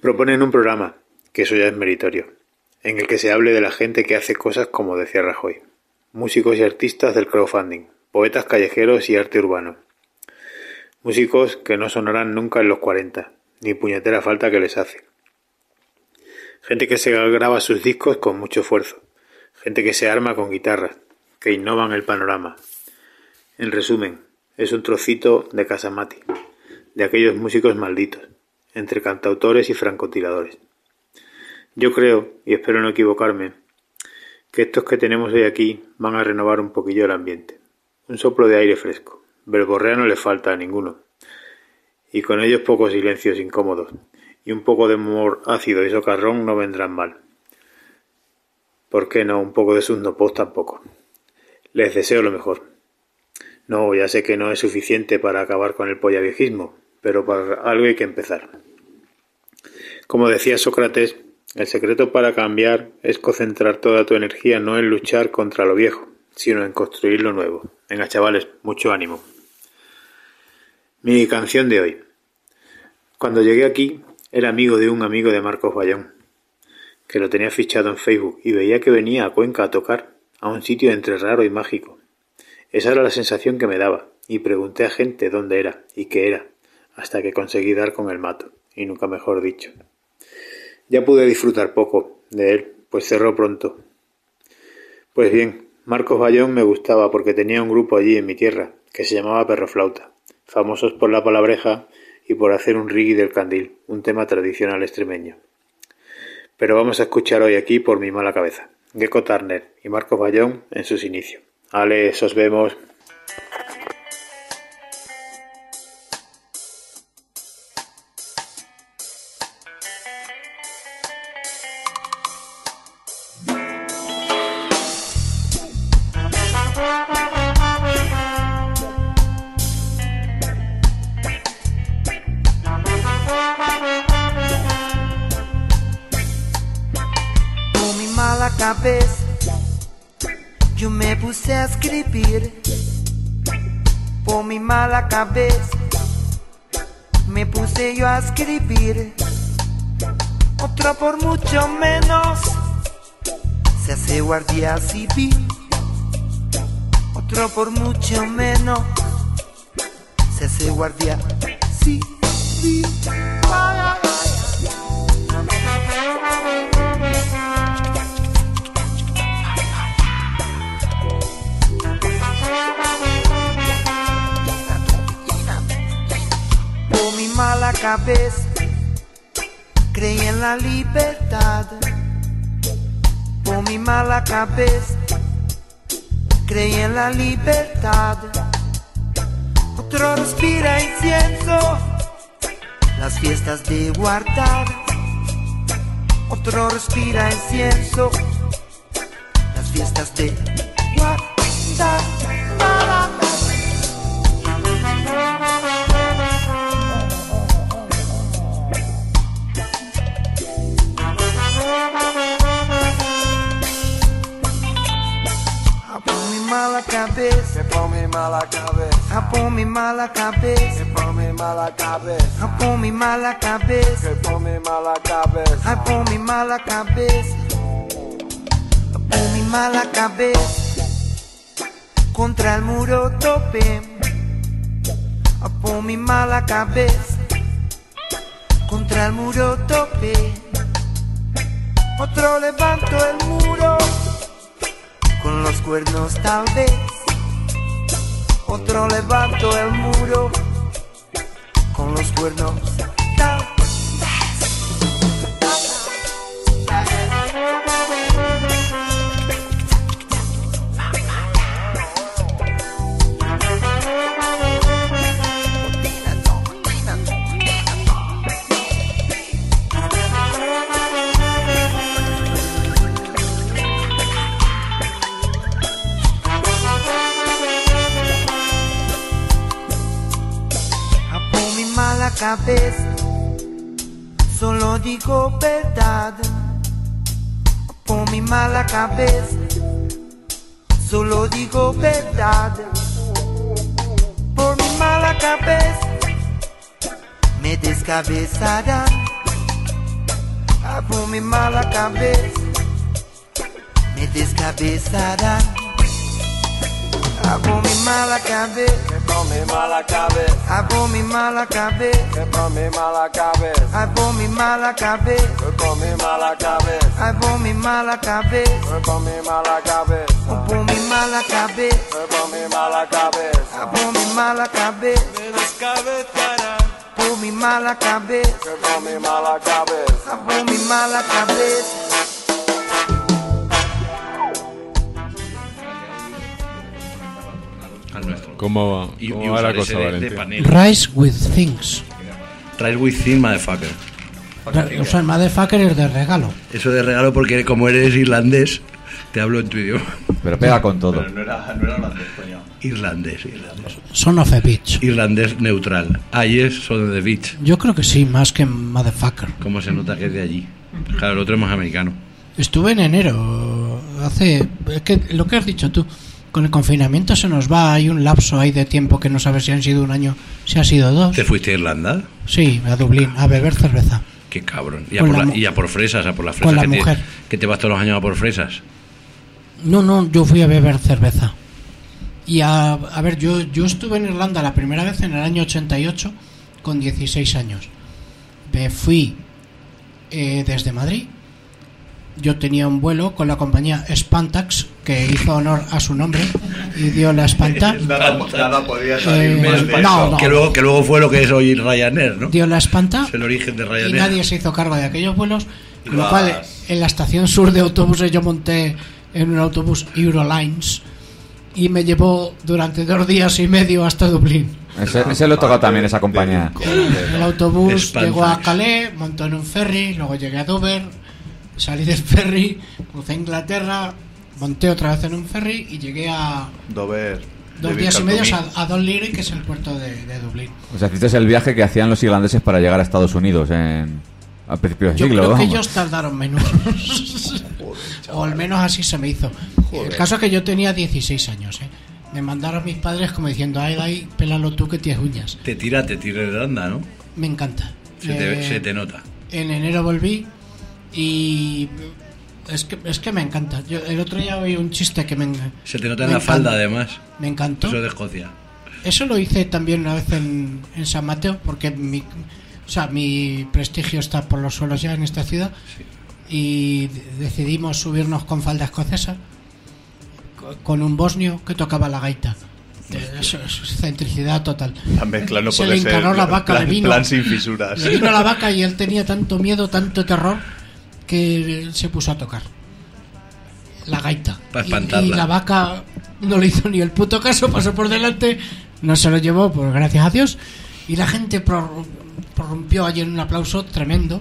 S9: Proponen un programa, que eso ya es meritorio, en el que se hable de la gente que hace cosas como decía Rajoy músicos y artistas del crowdfunding, poetas callejeros y arte urbano. Músicos que no sonarán nunca en los 40, ni puñetera falta que les hace. Gente que se graba sus discos con mucho esfuerzo. Gente que se arma con guitarras, que innovan el panorama. En resumen, es un trocito de Casamati, de aquellos músicos malditos, entre cantautores y francotiradores. Yo creo, y espero no equivocarme, que estos que tenemos hoy aquí van a renovar un poquillo el ambiente. Un soplo de aire fresco. Verborrea no le falta a ninguno. Y con ellos pocos silencios incómodos. Y un poco de humor ácido y socarrón no vendrán mal. ¿Por qué no? Un poco de post tampoco. Les deseo lo mejor. No, ya sé que no es suficiente para acabar con el pollaviejismo, pero para algo hay que empezar. Como decía Sócrates, el secreto para cambiar es concentrar toda tu energía no en luchar contra lo viejo, sino en construir lo nuevo. Venga, chavales, mucho ánimo. Mi canción de hoy. Cuando llegué aquí, era amigo de un amigo de Marcos Bayón, que lo tenía fichado en Facebook y veía que venía a Cuenca a tocar, a un sitio entre raro y mágico. Esa era la sensación que me daba, y pregunté a gente dónde era y qué era, hasta que conseguí dar con el mato, y nunca mejor dicho. Ya pude disfrutar poco de él, pues cerró pronto. Pues bien, Marcos Bayón me gustaba porque tenía un grupo allí en mi tierra, que se llamaba Perroflauta, famosos por la palabreja y por hacer un rigi del candil, un tema tradicional extremeño. Pero vamos a escuchar hoy aquí por mi mala cabeza, Gecko Turner y Marcos Bayón en sus inicios. Ale, os vemos.
S10: Com minha mala cabeça Eu me puse a escrever Com minha mala cabeça Me puse eu a escrever Outro por muito menos Se hace guardia civil Outro por muito menos Se hace guardia civil Ai, ai, ai. Por mi mala cabeza creí en la libertad. Por mi mala cabeza creí en la libertad. Otro respira incienso, las fiestas de guardar. Otro respira incienso, las fiestas de guardar. A Ah, por mi mala cabeza. Se por mi mala cabeza. A por mi mala cabeza. Se por mi mala cabeza. A por mi mala cabeza. Se por mi mala cabeza. A por mi mala cabeza. A por mi mala cabeza. Ah, Contra el muro topé. A por mi mala cabeza. contra el muro tope. Otro levanto el muro con los cuernos tal vez. Otro levanto el muro con los cuernos tal Por mi mala cabeza, solo digo verdad. Por mi mala cabeza, solo digo verdad. Por mi mala cabeza, me descabezarán. Ah, por mi mala cabeza, me descabezarán. Ah, por mi mala cabeza.
S8: Por mi mala cabeza,
S10: Ah, por mi mala cabeza,
S8: por mi mala cabeza,
S10: ay por mi mala cabeza,
S8: por mi mala cabeza,
S10: ay por mi mala cabeza,
S8: por mi mala cabeza,
S10: ay, por mi mala cabeza,
S8: por mi mala cabeza,
S10: ay por mi mala cabeza,
S8: me descabezará,
S10: por mi mala cabeza,
S8: por mi mala cabeza.
S10: ay por mi mala cabeza.
S4: al nuestro.
S5: ¿Cómo,
S4: Y,
S5: cómo
S4: y
S5: va
S4: usar
S5: la
S4: ese
S5: cosa,
S4: de- de
S5: Valentín?
S4: panel.
S2: Rise with Things.
S4: Ride with thin, motherfucker.
S2: O sea, el motherfucker es de regalo.
S4: Eso de regalo porque como eres irlandés, te hablo en tu idioma.
S6: Pero pega con todo.
S3: Pero no era, no era holandés, coño.
S4: Irlandés, irlandés.
S2: Son of a bitch.
S4: Irlandés neutral. Ahí es solo de beach.
S2: Yo creo que sí, más que motherfucker.
S4: Como se nota que es de allí. Claro, el otro es más americano.
S2: Estuve en enero. Hace. Es que lo que has dicho tú. Con el confinamiento se nos va. Hay un lapso ahí de tiempo que no sabes si han sido un año, si ha sido dos.
S4: ¿Te fuiste a Irlanda?
S2: Sí, a Dublín, a beber cerveza.
S4: Qué cabrón. Y a,
S2: Con
S4: por,
S2: la
S4: la-
S2: mu-
S4: y a por fresas, a por las
S2: con
S4: fresas.
S2: la
S4: que, te-
S2: mujer.
S4: que te vas todos los años a por fresas.
S2: No, no, yo fui a beber cerveza. Y a, a ver, yo, yo estuve en Irlanda la primera vez en el año 88 con 16 años. Me fui eh, desde Madrid. Yo tenía un vuelo con la compañía Spantax, que hizo honor a su nombre y dio la Spanta.
S3: Nada, nada podía salir
S2: Eh,
S3: mal de
S2: no,
S3: eso.
S2: no.
S4: Que, luego, que luego fue lo que es hoy Ryanair, ¿no?
S2: Dio la Espanta.
S4: Es el origen de
S2: y
S4: Ryanair.
S2: nadie se hizo cargo de aquellos vuelos. Con lo
S3: Ibas-
S2: cual, en la estación sur de autobuses yo monté en un autobús Eurolines y me llevó durante dos días y medio hasta Dublín.
S6: Ese, ese lo he tocado también, esa compañía.
S2: El autobús
S4: Spanfax.
S2: llegó a Calais, montó en un ferry, luego llegué a Dover, salí del ferry, crucé a Inglaterra, monté otra vez en un ferry y llegué a
S3: Dover.
S2: dos
S3: David
S2: días y medio
S3: Cartomí.
S2: a, a Don Leary, que es el puerto de, de Dublín.
S6: O sea, este es el viaje que hacían los irlandeses para llegar a Estados Unidos en, a principios del
S2: Yo
S6: siglo.
S2: creo que
S6: vamos.
S2: ellos tardaron menos. o al menos así se me hizo. El caso es que yo tenía 16 años. ¿eh? Me mandaron mis padres como diciendo, ay, ay, pélalo tú que tienes uñas.
S4: Te tira, te tira Irlanda, ¿no?
S2: Me encanta.
S4: Se te,
S2: Eh,
S4: se te nota.
S2: En enero volví y es que, es que me encanta. Yo, el otro día oí un chiste que me, en-
S4: Se te nota en
S2: me
S4: la falda,
S2: encanta.
S4: además.
S2: Me encantó.
S4: Eso de Escocia.
S2: Eso lo hice también una vez en, en San Mateo, porque mi, o sea, mi prestigio está por los suelos ya en esta ciudad. Y de- decidimos subirnos con falda escocesa, co- con un bosnio que tocaba la gaita. Eh, Eso es excentricidad total.
S3: La mezcla no
S2: Se
S3: puede
S2: le
S3: ser.
S2: encaró la vaca,
S3: plan,
S2: le vino.
S3: plan sin fisuras.
S2: Le vino la vaca y él tenía tanto miedo, tanto terror, que se puso a tocar la gaita.
S4: Pa'
S2: Y-
S4: espantarla.
S2: Y, la vaca no le hizo ni el puto caso, pasó por delante, no se lo llevó, pues gracias a Dios. Y la gente pror- prorrumpió allí en un aplauso tremendo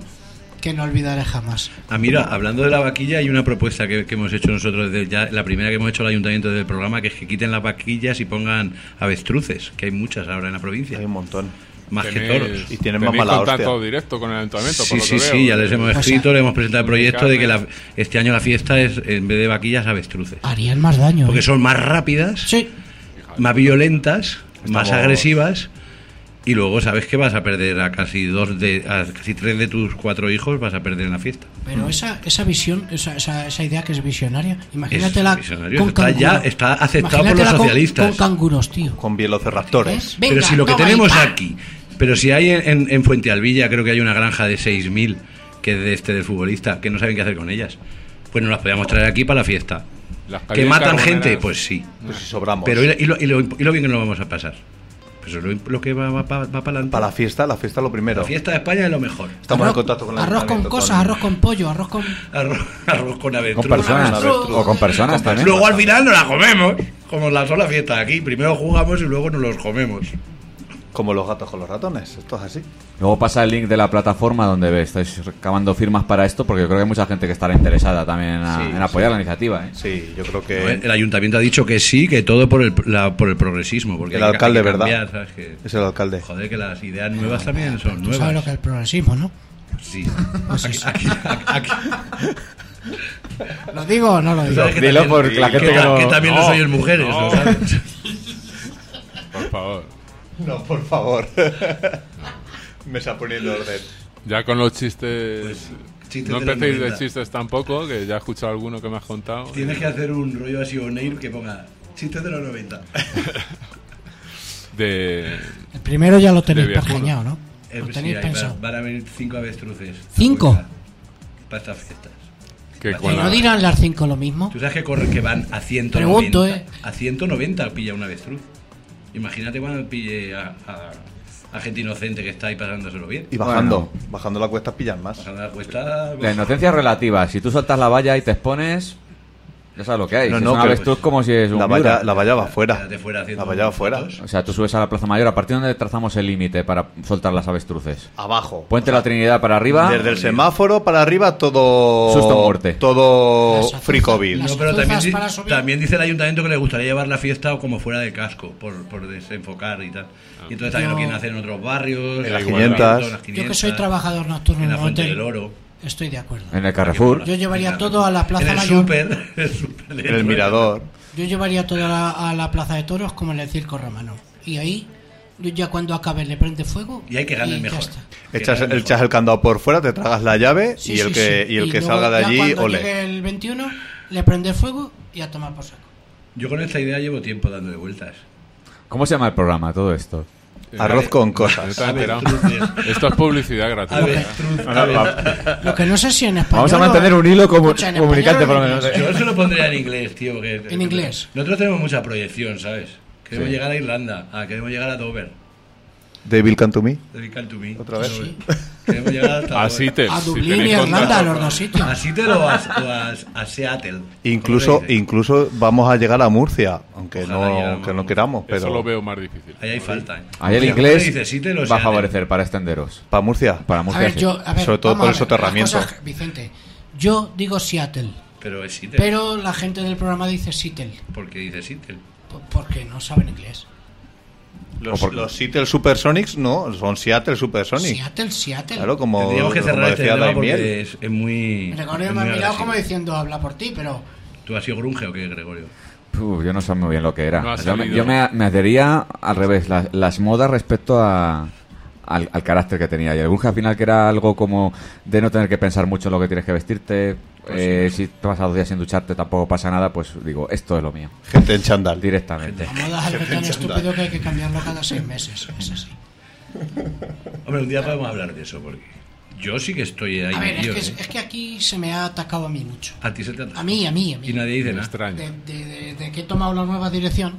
S2: que no olvidaré jamás.
S4: Ah, mira, hablando de la vaquilla, hay una propuesta que, que hemos hecho nosotros, desde ya la primera que hemos hecho al ayuntamiento del programa, que es que quiten las vaquillas y pongan avestruces, que hay muchas ahora en la provincia,
S3: Hay un montón.
S4: más que
S5: Tenéis-
S4: toros.
S3: Y tienen más
S5: tenéis
S3: mala
S5: contacto
S3: hostia.
S5: directo con el ayuntamiento, por
S4: Sí,
S5: lo
S4: sí,
S5: que
S4: sí,
S5: veo. ¿eh?
S4: ya les hemos
S2: sea,
S4: escrito, le hemos presentado el proyecto de que la-
S5: Carmen.
S4: este año la fiesta es, en vez de vaquillas, avestruces.
S2: Harían más daño.
S4: Porque
S2: ¿eh?
S4: son más rápidas,
S2: Sí,
S4: más violentas, más
S3: Estamos-
S4: agresivas, y luego sabes que vas a perder a casi dos de, a casi tres de tus cuatro hijos, vas a perder en la fiesta. Mm.
S2: pero esa, esa visión, esa, esa, esa idea que es visionaria,
S4: Es
S2: imagínatela
S4: visionario,
S2: con
S4: eso está ya-
S2: canguro.
S4: está aceptado por los
S2: Imagínatela con-
S4: socialistas.
S2: Con, canguros, tío.
S3: Con bielociraptores.
S2: ¿Eh? Venga,
S4: Pero si lo que
S2: toma y
S4: tenemos
S2: pa.
S4: aquí Pero si hay en, en, en Fuentealbilla, creo que hay una granja de 6.000, que es de este del futbolista, que no saben qué hacer con ellas. Pues nos las podíamos traer aquí para la fiesta.
S5: Las
S4: ¿Que
S5: calles
S4: matan
S5: carboneras.
S4: gente? Pues sí.
S3: Pues si sobramos.
S4: Pero y, lo- y lo, y lo imp- y lo bien que nos lo vamos a pasar. Pues lo, imp- lo que va, va, para adelante.
S3: Para la fiesta, la fiesta es lo primero.
S4: La fiesta de España es lo mejor.
S3: Estamos en contacto con el
S2: Arroz con
S3: ayuntamiento,
S2: cosas, arroz con pollo, arroz con.
S4: Arroz, arroz con
S6: Con
S4: avestruz.
S6: personas.
S3: avestruz.
S6: O con personas
S3: Con
S6: también.
S4: Luego al final nos la comemos. Como la sola fiesta de aquí. Primero jugamos y luego nos los comemos.
S3: Como los gatos con los ratones, esto es así.
S6: Luego pasa el link de la plataforma donde ve, estáis recabando firmas para esto, porque yo creo que hay mucha gente que estará interesada también en, a-
S3: Sí,
S6: en apoyar
S3: sí.
S6: la iniciativa. ¿eh?
S3: Sí, yo creo
S4: A ver,
S3: que
S4: El ayuntamiento ha dicho que sí, que todo por el, la- por el progresismo. Porque
S3: el
S4: hay que-
S3: alcalde,
S4: hay que cambiar,
S3: ¿verdad?
S4: ¿sabes? Que-
S3: es el alcalde.
S4: joder, que las ideas nuevas también son
S2: Tú sabes lo
S4: nuevas.
S2: que es el progresismo, ¿no?
S4: Sí.
S2: Pues
S4: Aquí-
S2: eso.
S4: aquí- aquí-
S2: ¿Lo digo o no lo digo?
S4: ¿sabes que
S6: Dilo
S4: también-
S6: por la gente que
S4: ta-
S6: no-
S4: también
S5: No,
S4: no soy el mujeres,
S5: no.
S4: ¿lo sabes?
S5: Por favor.
S3: No, por favor. Me está poniendo orden.
S5: Ya con los chistes.
S4: chistes
S5: no
S4: Pues, de los
S5: empecéis de,
S4: 90.
S5: chistes tampoco, que ya he escuchado alguno que me has contado.
S4: ¿eh?
S5: eh,
S4: Tienes que hacer un rollo así o Neil que ponga chistes de los 90.
S5: De.
S2: El primero ya lo tenéis
S5: De viejuno.
S2: pergeñado, ¿no?
S4: Eh,
S2: Lo
S4: sí, ahí
S2: tenéis
S4: va- Pues
S2: pensado.
S4: van a venir cinco avestruces.
S2: ¿Cinco?
S4: A buscar Para estas fiestas. Pues,
S5: Que
S2: ¿Que
S5: con
S2: no
S5: la,
S2: dirán las cinco lo mismo?
S4: Tú sabes que, corre, que van a 190.
S2: Pregunto, ¿eh?
S4: A 190 pilla un avestruz. Imagínate cuando pille a, a- a gente inocente que está ahí pasándoselo bien.
S3: Y bajando, bajando la cuesta pillan más.
S4: Pasando la cuesta. pues,
S6: La inocencia es relativa. Si tú soltas la valla y te expones, ya sabes lo que hay.
S3: No,
S6: Si
S3: no,
S6: es un
S3: pero-
S6: avestruz como si es un
S3: La valla,
S6: miura.
S3: la valla va fuera.
S4: Quédate fuera haciendo
S3: La valla va fuera.
S4: fotos.
S6: O sea, tú subes a la Plaza Mayor. ¿A partir de dónde trazamos el límite para soltar las avestruces?
S3: Abajo.
S6: Puente la Trinidad para arriba.
S3: Desde el semáforo para arriba todo.
S6: Susto muerte.
S3: Todo
S2: Las
S3: free COVID.
S2: Las
S4: No, pero también,
S2: azuzas
S4: di-
S2: para subir.
S4: también dice el ayuntamiento que le gustaría llevar la fiesta como fuera del casco, por, por desenfocar y tal.
S6: Ah.
S4: Y entonces también
S2: No.
S4: lo quieren hacer en otros barrios,
S3: En las
S4: el
S3: 500.
S4: ayuntamiento, en las
S2: Yo que
S4: 500,
S2: soy trabajador
S4: en
S2: nocturno en
S4: la
S2: un
S4: Fuente
S2: hotel,
S4: del Oro.
S2: estoy de acuerdo.
S6: En el Carrefour.
S2: Yo llevaría todo a la Plaza
S4: en el
S2: Mayor.
S4: Súper, el súper del
S3: En el
S4: Oro.
S3: mirador.
S2: Yo llevaría todo a la, a la Plaza de Toros como en el Circo Romano. Y ahí, yo ya cuando acabe le prende fuego...
S4: Y hay que ganar
S2: ya
S4: mejor.
S2: está.
S3: Echas, echas el candado por fuera, te tragas la llave
S2: Sí,
S3: y el
S2: sí,
S3: que,
S2: sí.
S3: Y el que
S2: luego
S3: salga de
S2: ya
S3: allí,
S2: cuando
S3: ole.
S2: llegue el 21, le prende fuego y a tomar por saco.
S4: Yo con esta idea llevo tiempo dándole vueltas.
S6: ¿Cómo se llama el programa todo esto?
S3: Arroz con
S5: No
S3: cosas.
S5: te has enterado.
S4: Avestruces.
S5: Esto es publicidad gratuita. ¿eh?
S4: Avestruz,
S6: No, no,
S4: ave-
S6: va-
S2: Lo que no sé si en español...
S6: Vamos a
S2: o-
S6: mantener un hilo comu-
S2: Escucha, en
S6: comunicante,
S2: español
S6: por
S2: o
S6: lo
S2: en
S6: menos. eh.
S2: inglés.
S4: Yo se lo pondría en inglés, tío. Que,
S2: En inglés.
S4: Nosotros tenemos mucha proyección, ¿sabes? Queremos
S6: Sí.
S4: llegar a Irlanda, ah, queremos llegar a Dover,
S3: Devil Can to Me.
S4: Dedican to me.
S3: Otra vez.
S4: Dover.
S2: Sí.
S4: Queremos llegar hasta
S5: Así
S4: Dover.
S5: te.
S2: A
S5: si
S2: Dublín y
S5: tenéis
S2: Irlanda,
S5: contacto-
S2: los dos sitios.
S4: A Seattle o a, o a- a Seattle.
S3: Incluso,
S4: ¿Cómo se dice?
S3: incluso vamos a llegar a Murcia, aunque
S4: Ojalá
S3: no,
S4: llegamos.
S3: aunque no queramos,
S5: Eso lo
S3: pero
S5: veo más difícil.
S4: Ahí hay falta. ¿eh?
S6: Ahí el
S4: Mira, ¿cómo se dice?
S6: inglés
S4: Seattle o
S6: va a
S4: Seattle?
S6: favorecer para extenderos.
S3: para Murcia.
S6: Para
S2: A
S6: Murcia,
S2: ver,
S6: sí.
S2: yo, a ver,
S3: Sobre todo
S2: vamos
S3: por
S2: a
S3: el
S2: ver,
S3: soterramiento.
S2: las cosas- Vicente, yo digo Seattle,
S4: Pero es Seattle.
S2: pero la gente del programa dice Seattle,
S4: ¿Por qué dice Seattle?
S2: po- porque no saben inglés.
S3: Los,
S6: O por-
S3: los Seattle Supersonics no, son Seattle Supersonics.
S2: Seattle, Seattle.
S3: Claro, como,
S4: Tendríamos que
S3: como
S4: cerrar este
S3: decía
S4: tema
S3: Daimiel.
S4: porque es, es muy.
S2: Gregorio
S4: es
S2: me
S4: muy
S2: ha mirado
S4: agresivo.
S2: como diciendo habla por ti, pero
S4: ¿Tú has sido grunge o qué, Gregorio?
S6: Uf, yo no sé muy bien lo que era.
S5: No ha
S6: yo me,
S5: salido.
S6: yo me- me adhería al revés, la- las modas respecto a, al, al carácter que tenía. Y el burja al final que era algo como de no tener que pensar mucho en lo que tienes que vestirte.
S4: Pues
S6: eh, Si te vas a dos días sin ducharte tampoco pasa nada, pues digo, esto es lo mío,
S3: Gente en chandal.
S6: directamente.
S2: la moda es algo tan estúpido que hay que cambiarlo cada seis meses, es así.
S4: Hombre, un día podemos hablar de eso porque yo sí que estoy ahí
S2: A ver, es
S4: metido,
S2: que, es
S4: ¿eh?
S2: es que aquí se me ha atacado a mí mucho.
S4: A ti se te ha-
S2: A mí, a mí, a
S4: Y
S2: mí.
S4: nadie dice nada.
S5: Extraño.
S2: De, de- de- de que he tomado la nueva dirección,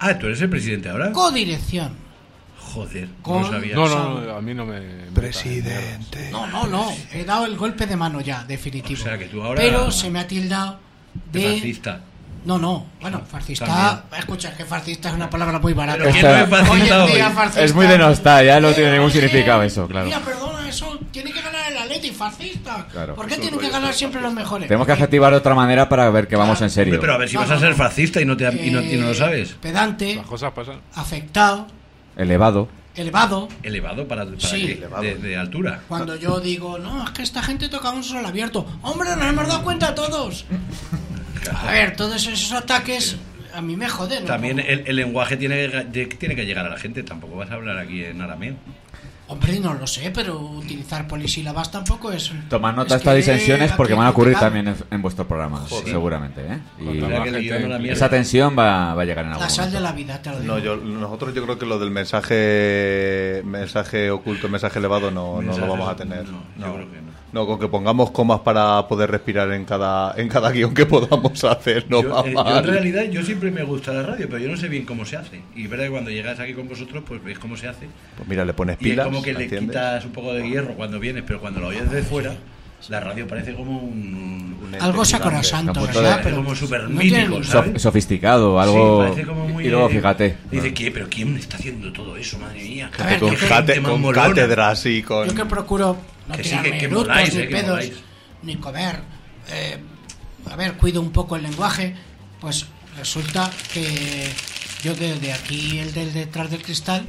S4: Ah, ¿tú eres el presidente ahora?
S2: codirección.
S4: Joder, no
S2: Con-
S4: lo sabía.
S5: No, no, no, a mí no me. Presidente.
S2: No, no, no. He dado el golpe de mano ya, definitivo.
S4: O sea, que tú ahora-
S2: Pero se me ha tildado
S4: De
S2: de.
S4: fascista.
S2: No, no. Bueno, fascista. Escucha, es que fascista es una palabra muy barata.
S4: Pero ¿quién
S6: no es
S4: fascista
S2: Hoy en día
S4: hoy?
S2: fascista-
S6: Es muy denostada, ya no tiene ningún
S2: Eh,
S6: significado eso, claro.
S2: Mira, perdona, eso tiene que ganar el Atleti fascista.
S6: Claro.
S2: ¿Por qué tienen que ganar siempre los mejores?
S6: Tenemos que
S2: Porque,
S6: adjetivar de otra manera para ver que vamos en
S4: Hombre,
S6: serio.
S4: pero a ver si
S2: No,
S4: vas a
S2: no,
S4: ser
S2: no.
S4: fascista y no, te, y no, y no lo
S2: eh,
S4: sabes.
S2: Pedante,
S5: Las cosas pasan.
S2: afectado,
S6: Elevado.
S2: elevado.
S4: Elevado para, para
S2: Sí.
S4: ti,
S3: Elevado.
S4: De, de altura.
S2: Cuando yo digo, no, es que esta gente toca un sol abierto. Hombre, nos hemos dado cuenta todos. A ver, todos esos ataques a mí me joden. ¿no?
S4: También el, el lenguaje tiene que, ga- de- tiene que llegar a la gente. Tampoco vas a hablar aquí en arameo.
S2: Hombre, no lo sé, pero utilizar polisílabas tampoco es.
S6: Tomad nota
S2: es
S6: de estas
S2: que
S6: disensiones
S2: aquí
S6: porque
S2: es
S6: van a ocurrir
S2: complicado.
S6: también en, en vuestro programa,
S3: Joder.
S6: seguramente. ¿eh? Y
S5: Contra más
S4: que le
S5: gente
S4: llevamos la mierda.
S6: esa tensión va, va a llegar en algún
S2: La sal
S6: momento.
S2: de la vida, te lo digo.
S3: No, yo, nosotros yo creo que lo del mensaje mensaje oculto, mensaje elevado no, no
S4: Mensaje
S3: lo vamos a
S4: oculto,
S3: tener.
S4: no, yo creo que no.
S3: No, con que pongamos comas para poder respirar en cada en cada guión que podamos hacer, no
S4: yo,
S3: va
S4: eh, yo
S3: mal.
S4: en realidad yo siempre me gusta la radio, pero yo no sé bien cómo se hace. Y es verdad que cuando llegas aquí con vosotros, pues veis cómo se hace.
S3: Pues mira, le pones
S4: Y es
S3: pilas,
S4: como que le
S3: ¿entiendes?
S4: quitas un poco de hierro cuando vienes, pero cuando lo oyes de fuera, la radio parece como un...
S3: Un ente
S2: Algo
S3: gigante.
S2: sacrosanto,
S6: Tampoco
S2: ¿verdad?
S4: es
S2: Pero
S4: como súper
S2: no tiene
S4: mítico,
S2: ni-
S4: ¿sabes?
S6: Sof- sofisticado, algo.
S4: Sí, parece como muy,
S6: y luego
S4: eh,
S6: fíjate.
S4: Dice, ¿qué? ¿Pero quién está haciendo todo eso? Madre mía.
S2: A ver,
S4: qué
S3: Con,
S2: que-
S4: gente
S3: cate-
S4: más
S3: con
S4: molona.
S3: cátedras y con...
S2: Yo que procuro no
S4: Que sí,
S2: tirarme
S4: que- que
S2: eructos,
S4: moláis,
S2: ni
S4: eh, que
S2: pedos,
S4: moláis.
S2: ni comer. eh, a ver, cuido un poco el lenguaje. Pues resulta que yo desde aquí, el del detrás del cristal,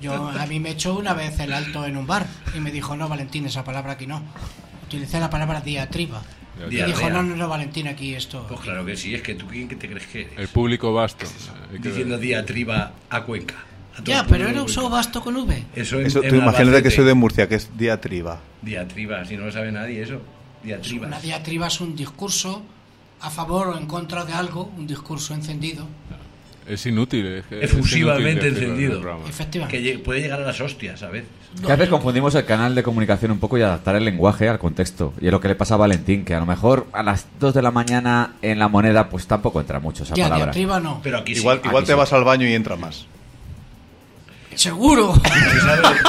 S2: yo a mí me echó una vez el alto en un bar y me dijo, no, Valentín, esa palabra aquí no. Utilicé la palabra diatriba. Y
S4: Diarrea.
S2: dijo, no, no, no, Valentín, aquí esto.
S4: Pues claro que sí, es que tú quién que te crees que
S5: El
S4: eres.
S5: público vasto. Hay que
S4: Diciendo diatriba a Cuenca. A todo
S2: ya,
S4: el pueblo
S2: pero
S4: de
S2: era un
S4: Cuenca.
S2: sobasto con V.
S4: Eso, en-
S3: Eso,
S4: en
S3: tú imagínate que
S4: Albacete.
S3: soy de Murcia, que es diatriba.
S4: Diatriba, si no lo sabe nadie eso. Diatriba.
S2: Una diatriba es un discurso a favor o en contra de algo, un discurso encendido.
S5: Es inútil. es que- es
S4: Efusivamente
S5: inútil decirlo en el
S4: encendido.
S5: programa.
S4: Que
S2: Efectivamente.
S4: lle- puede llegar a las hostias a veces.
S6: Que a veces confundimos el canal de comunicación un poco y adaptar el lenguaje al contexto. Y es lo que le pasa a Valentín, que a lo mejor a las 2 de la mañana en la moneda, pues tampoco entra mucho esa
S2: Ya,
S6: palabra.
S2: diatriba no.
S4: Pero aquí sí.
S3: Igual, igual
S6: aquí
S3: te
S6: sí.
S3: vas al baño y entra más.
S2: Seguro.
S4: Tú sabes,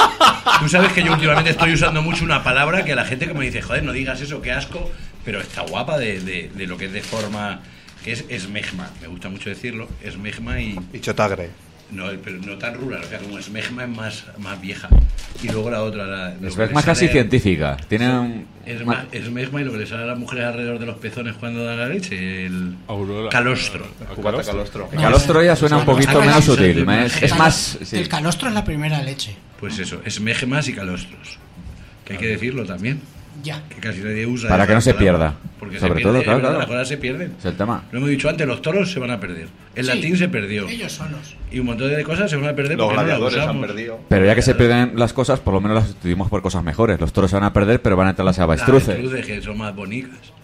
S4: tú sabes que yo últimamente estoy usando mucho una palabra que a la gente que me dice, joder, no digas eso, qué asco, pero está guapa de, de- de lo que es de forma, que es esmegma, me gusta mucho decirlo, esmegma y
S3: Y chotagre.
S4: no, pero no tan rural, o sea, como esmegma es más, más vieja. Y luego la otra, la... lo
S6: Es
S4: que le
S6: más casi
S4: sale-
S6: científica. Tiene un-
S4: Es ma- esmegma y lo que le sale a las mujeres alrededor de los pezones cuando dan la leche, el
S5: Aurora.
S4: calostro.
S3: Cubata calostro.
S6: El calostro ya suena un poquito
S2: Calostro
S6: menos
S2: es-
S6: sutil.
S4: es-
S6: más- Es
S2: Calo-
S6: más. sí.
S2: El calostro es la primera leche.
S4: Pues eso, esmegmas y calostros, que hay
S3: Ah.
S4: que decirlo también.
S2: Ya.
S4: que casi nadie usa.
S6: Para
S4: esa
S6: que no se
S4: palabra.
S6: pierda.
S4: Porque
S6: Sobre
S4: se
S6: todo,
S4: pierde,
S6: claro,
S4: es verdad,
S6: claro.
S4: Las cosas se pierden.
S6: Es el tema.
S4: Lo hemos dicho antes, los toros se van a perder. El
S2: Sí.
S4: latín se perdió.
S2: Ellos solos.
S4: Y un montón de cosas se van a perder
S3: Los
S4: porque no las
S3: gladiadores han
S4: usamos.
S3: perdido.
S6: Pero ya que se pierden las cosas, por lo menos las sustituimos por cosas mejores. Los toros se van a perder, pero van a entrar las
S4: Las
S6: avestruces.
S4: avestruces, que son más bonitas.
S6: Pero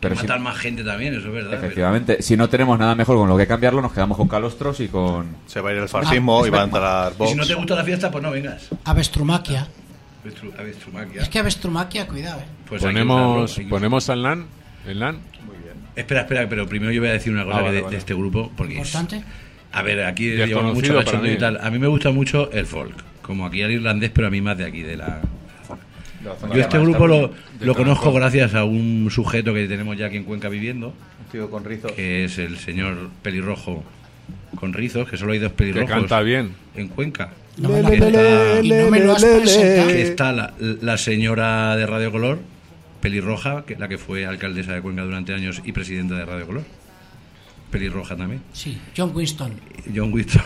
S4: Pero
S6: si-
S4: matan más gente también, eso es verdad. pero-
S6: Efectivamente, si no tenemos nada mejor con lo que cambiarlo, nos quedamos con calostros y con.
S3: Se va a ir el fascismo y va a entrar
S4: Ah, Y
S3: Vox.
S4: si no te gusta la fiesta, pues no vengas.
S2: Avestrumaquia.
S4: Avestru- Avestrumaquia.
S2: Es que avestrumaquia, cuidado, eh.
S4: Pues hay que
S5: Ponemos,
S4: usarlo, hay que
S5: ponemos al LAN. El LAN.
S4: usarlo. Espera, espera, pero primero yo voy a decir una cosa
S5: Ah,
S4: que
S5: vale,
S4: de,
S5: vale.
S4: de este grupo. Porque es-
S2: Importante.
S4: A ver, aquí
S5: Y es
S4: llevamos mucho
S5: conocido para
S4: cachondeo y
S5: mí.
S4: tal. A mí me gusta mucho el folk. Como aquí al irlandés, pero a mí más de aquí, de la, Yo este grupo lo, lo conozco gracias a un sujeto que tenemos ya aquí en Cuenca viviendo,
S3: Tío con rizos.
S4: que es el señor pelirrojo con rizos, que solo hay dos
S5: Que
S4: pelirrojos
S5: canta bien.
S4: en Cuenca.
S2: No me la-
S4: Que está,
S2: y no me lo has presentado.
S4: que está la, la señora de Radio Color, pelirroja, que, la que fue alcaldesa de Cuenca durante años y presidenta de Radio Color. Pelirroja también.
S2: Sí, John Winston.
S4: John Winston.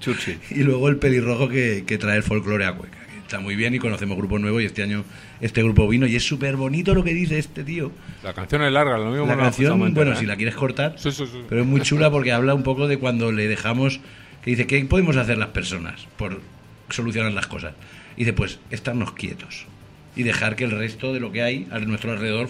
S3: Churchill.
S4: Y luego el pelirrojo que, que trae el folclore a Cuenca. que Está muy bien y conocemos grupos nuevos y este año este grupo vino y es súper bonito lo que dice este tío.
S5: La canción es larga, lo mismo
S4: La
S5: no escuchamos
S4: canción,
S5: entera,
S4: bueno,
S5: ¿eh?
S4: si la quieres cortar,
S5: Sí, sí, sí.
S4: pero es muy chula porque habla un poco de cuando le dejamos, que dice, ¿qué podemos hacer las personas por solucionar las cosas? Y dice, pues estarnos quietos y dejar que el resto de lo que hay a nuestro alrededor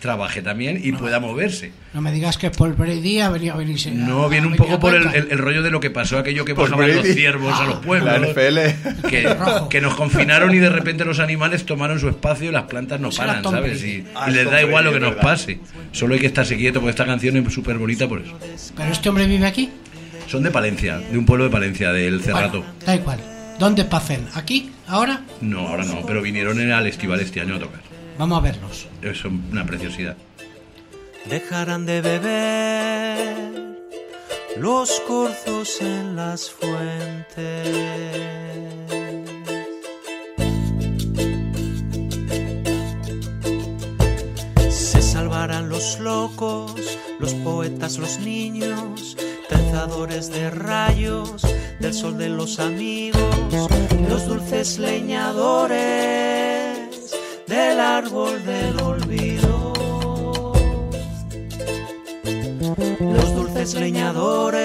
S4: trabaje también y pueda moverse.
S2: No me digas que Paul Brady ha venido a venirse.
S4: No,
S2: ha
S4: viene un
S2: venido
S4: poco
S2: a
S4: por el,
S2: Cuenca.
S4: el- el rollo de lo que pasó, aquello que
S3: Por
S4: bajaban los
S3: Brady.
S4: ciervos a los pueblos.
S3: La NFL.
S4: Que, que nos confinaron y de repente los animales tomaron su espacio y las plantas no
S2: Será
S4: paran,
S2: Tom
S4: ¿sabes?
S2: Brady.
S4: Y,
S3: Ah,
S4: y les
S3: Tom
S4: da igual lo
S3: Brady,
S4: que nos
S3: verdad.
S4: pase. Solo hay que pues, estarse quieto porque esta canción es súper bonita por eso.
S2: Pero este hombre vive aquí.
S4: Son de Palencia, de un pueblo de Palencia, del Cerrato.
S2: Bueno, da igual. ¿Dónde pasen? ¿Aquí? ¿Ahora?
S4: No, ahora no, pero vinieron en- al Estival este año a tocar.
S2: Vamos a verlos.
S4: Es una preciosidad.
S8: Dejarán de beber los corzos en las fuentes. Se salvarán los locos, los poetas, los niños, trenzadores de rayos, del sol de los amigos, los dulces leñadores del árbol del olvido los dulces leñadores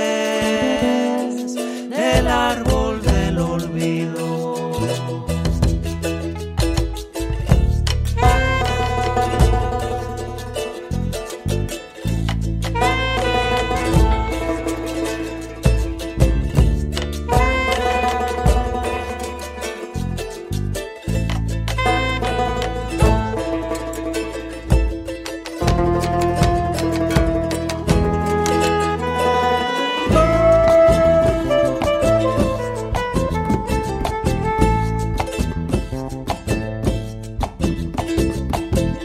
S8: del árbol del olvido.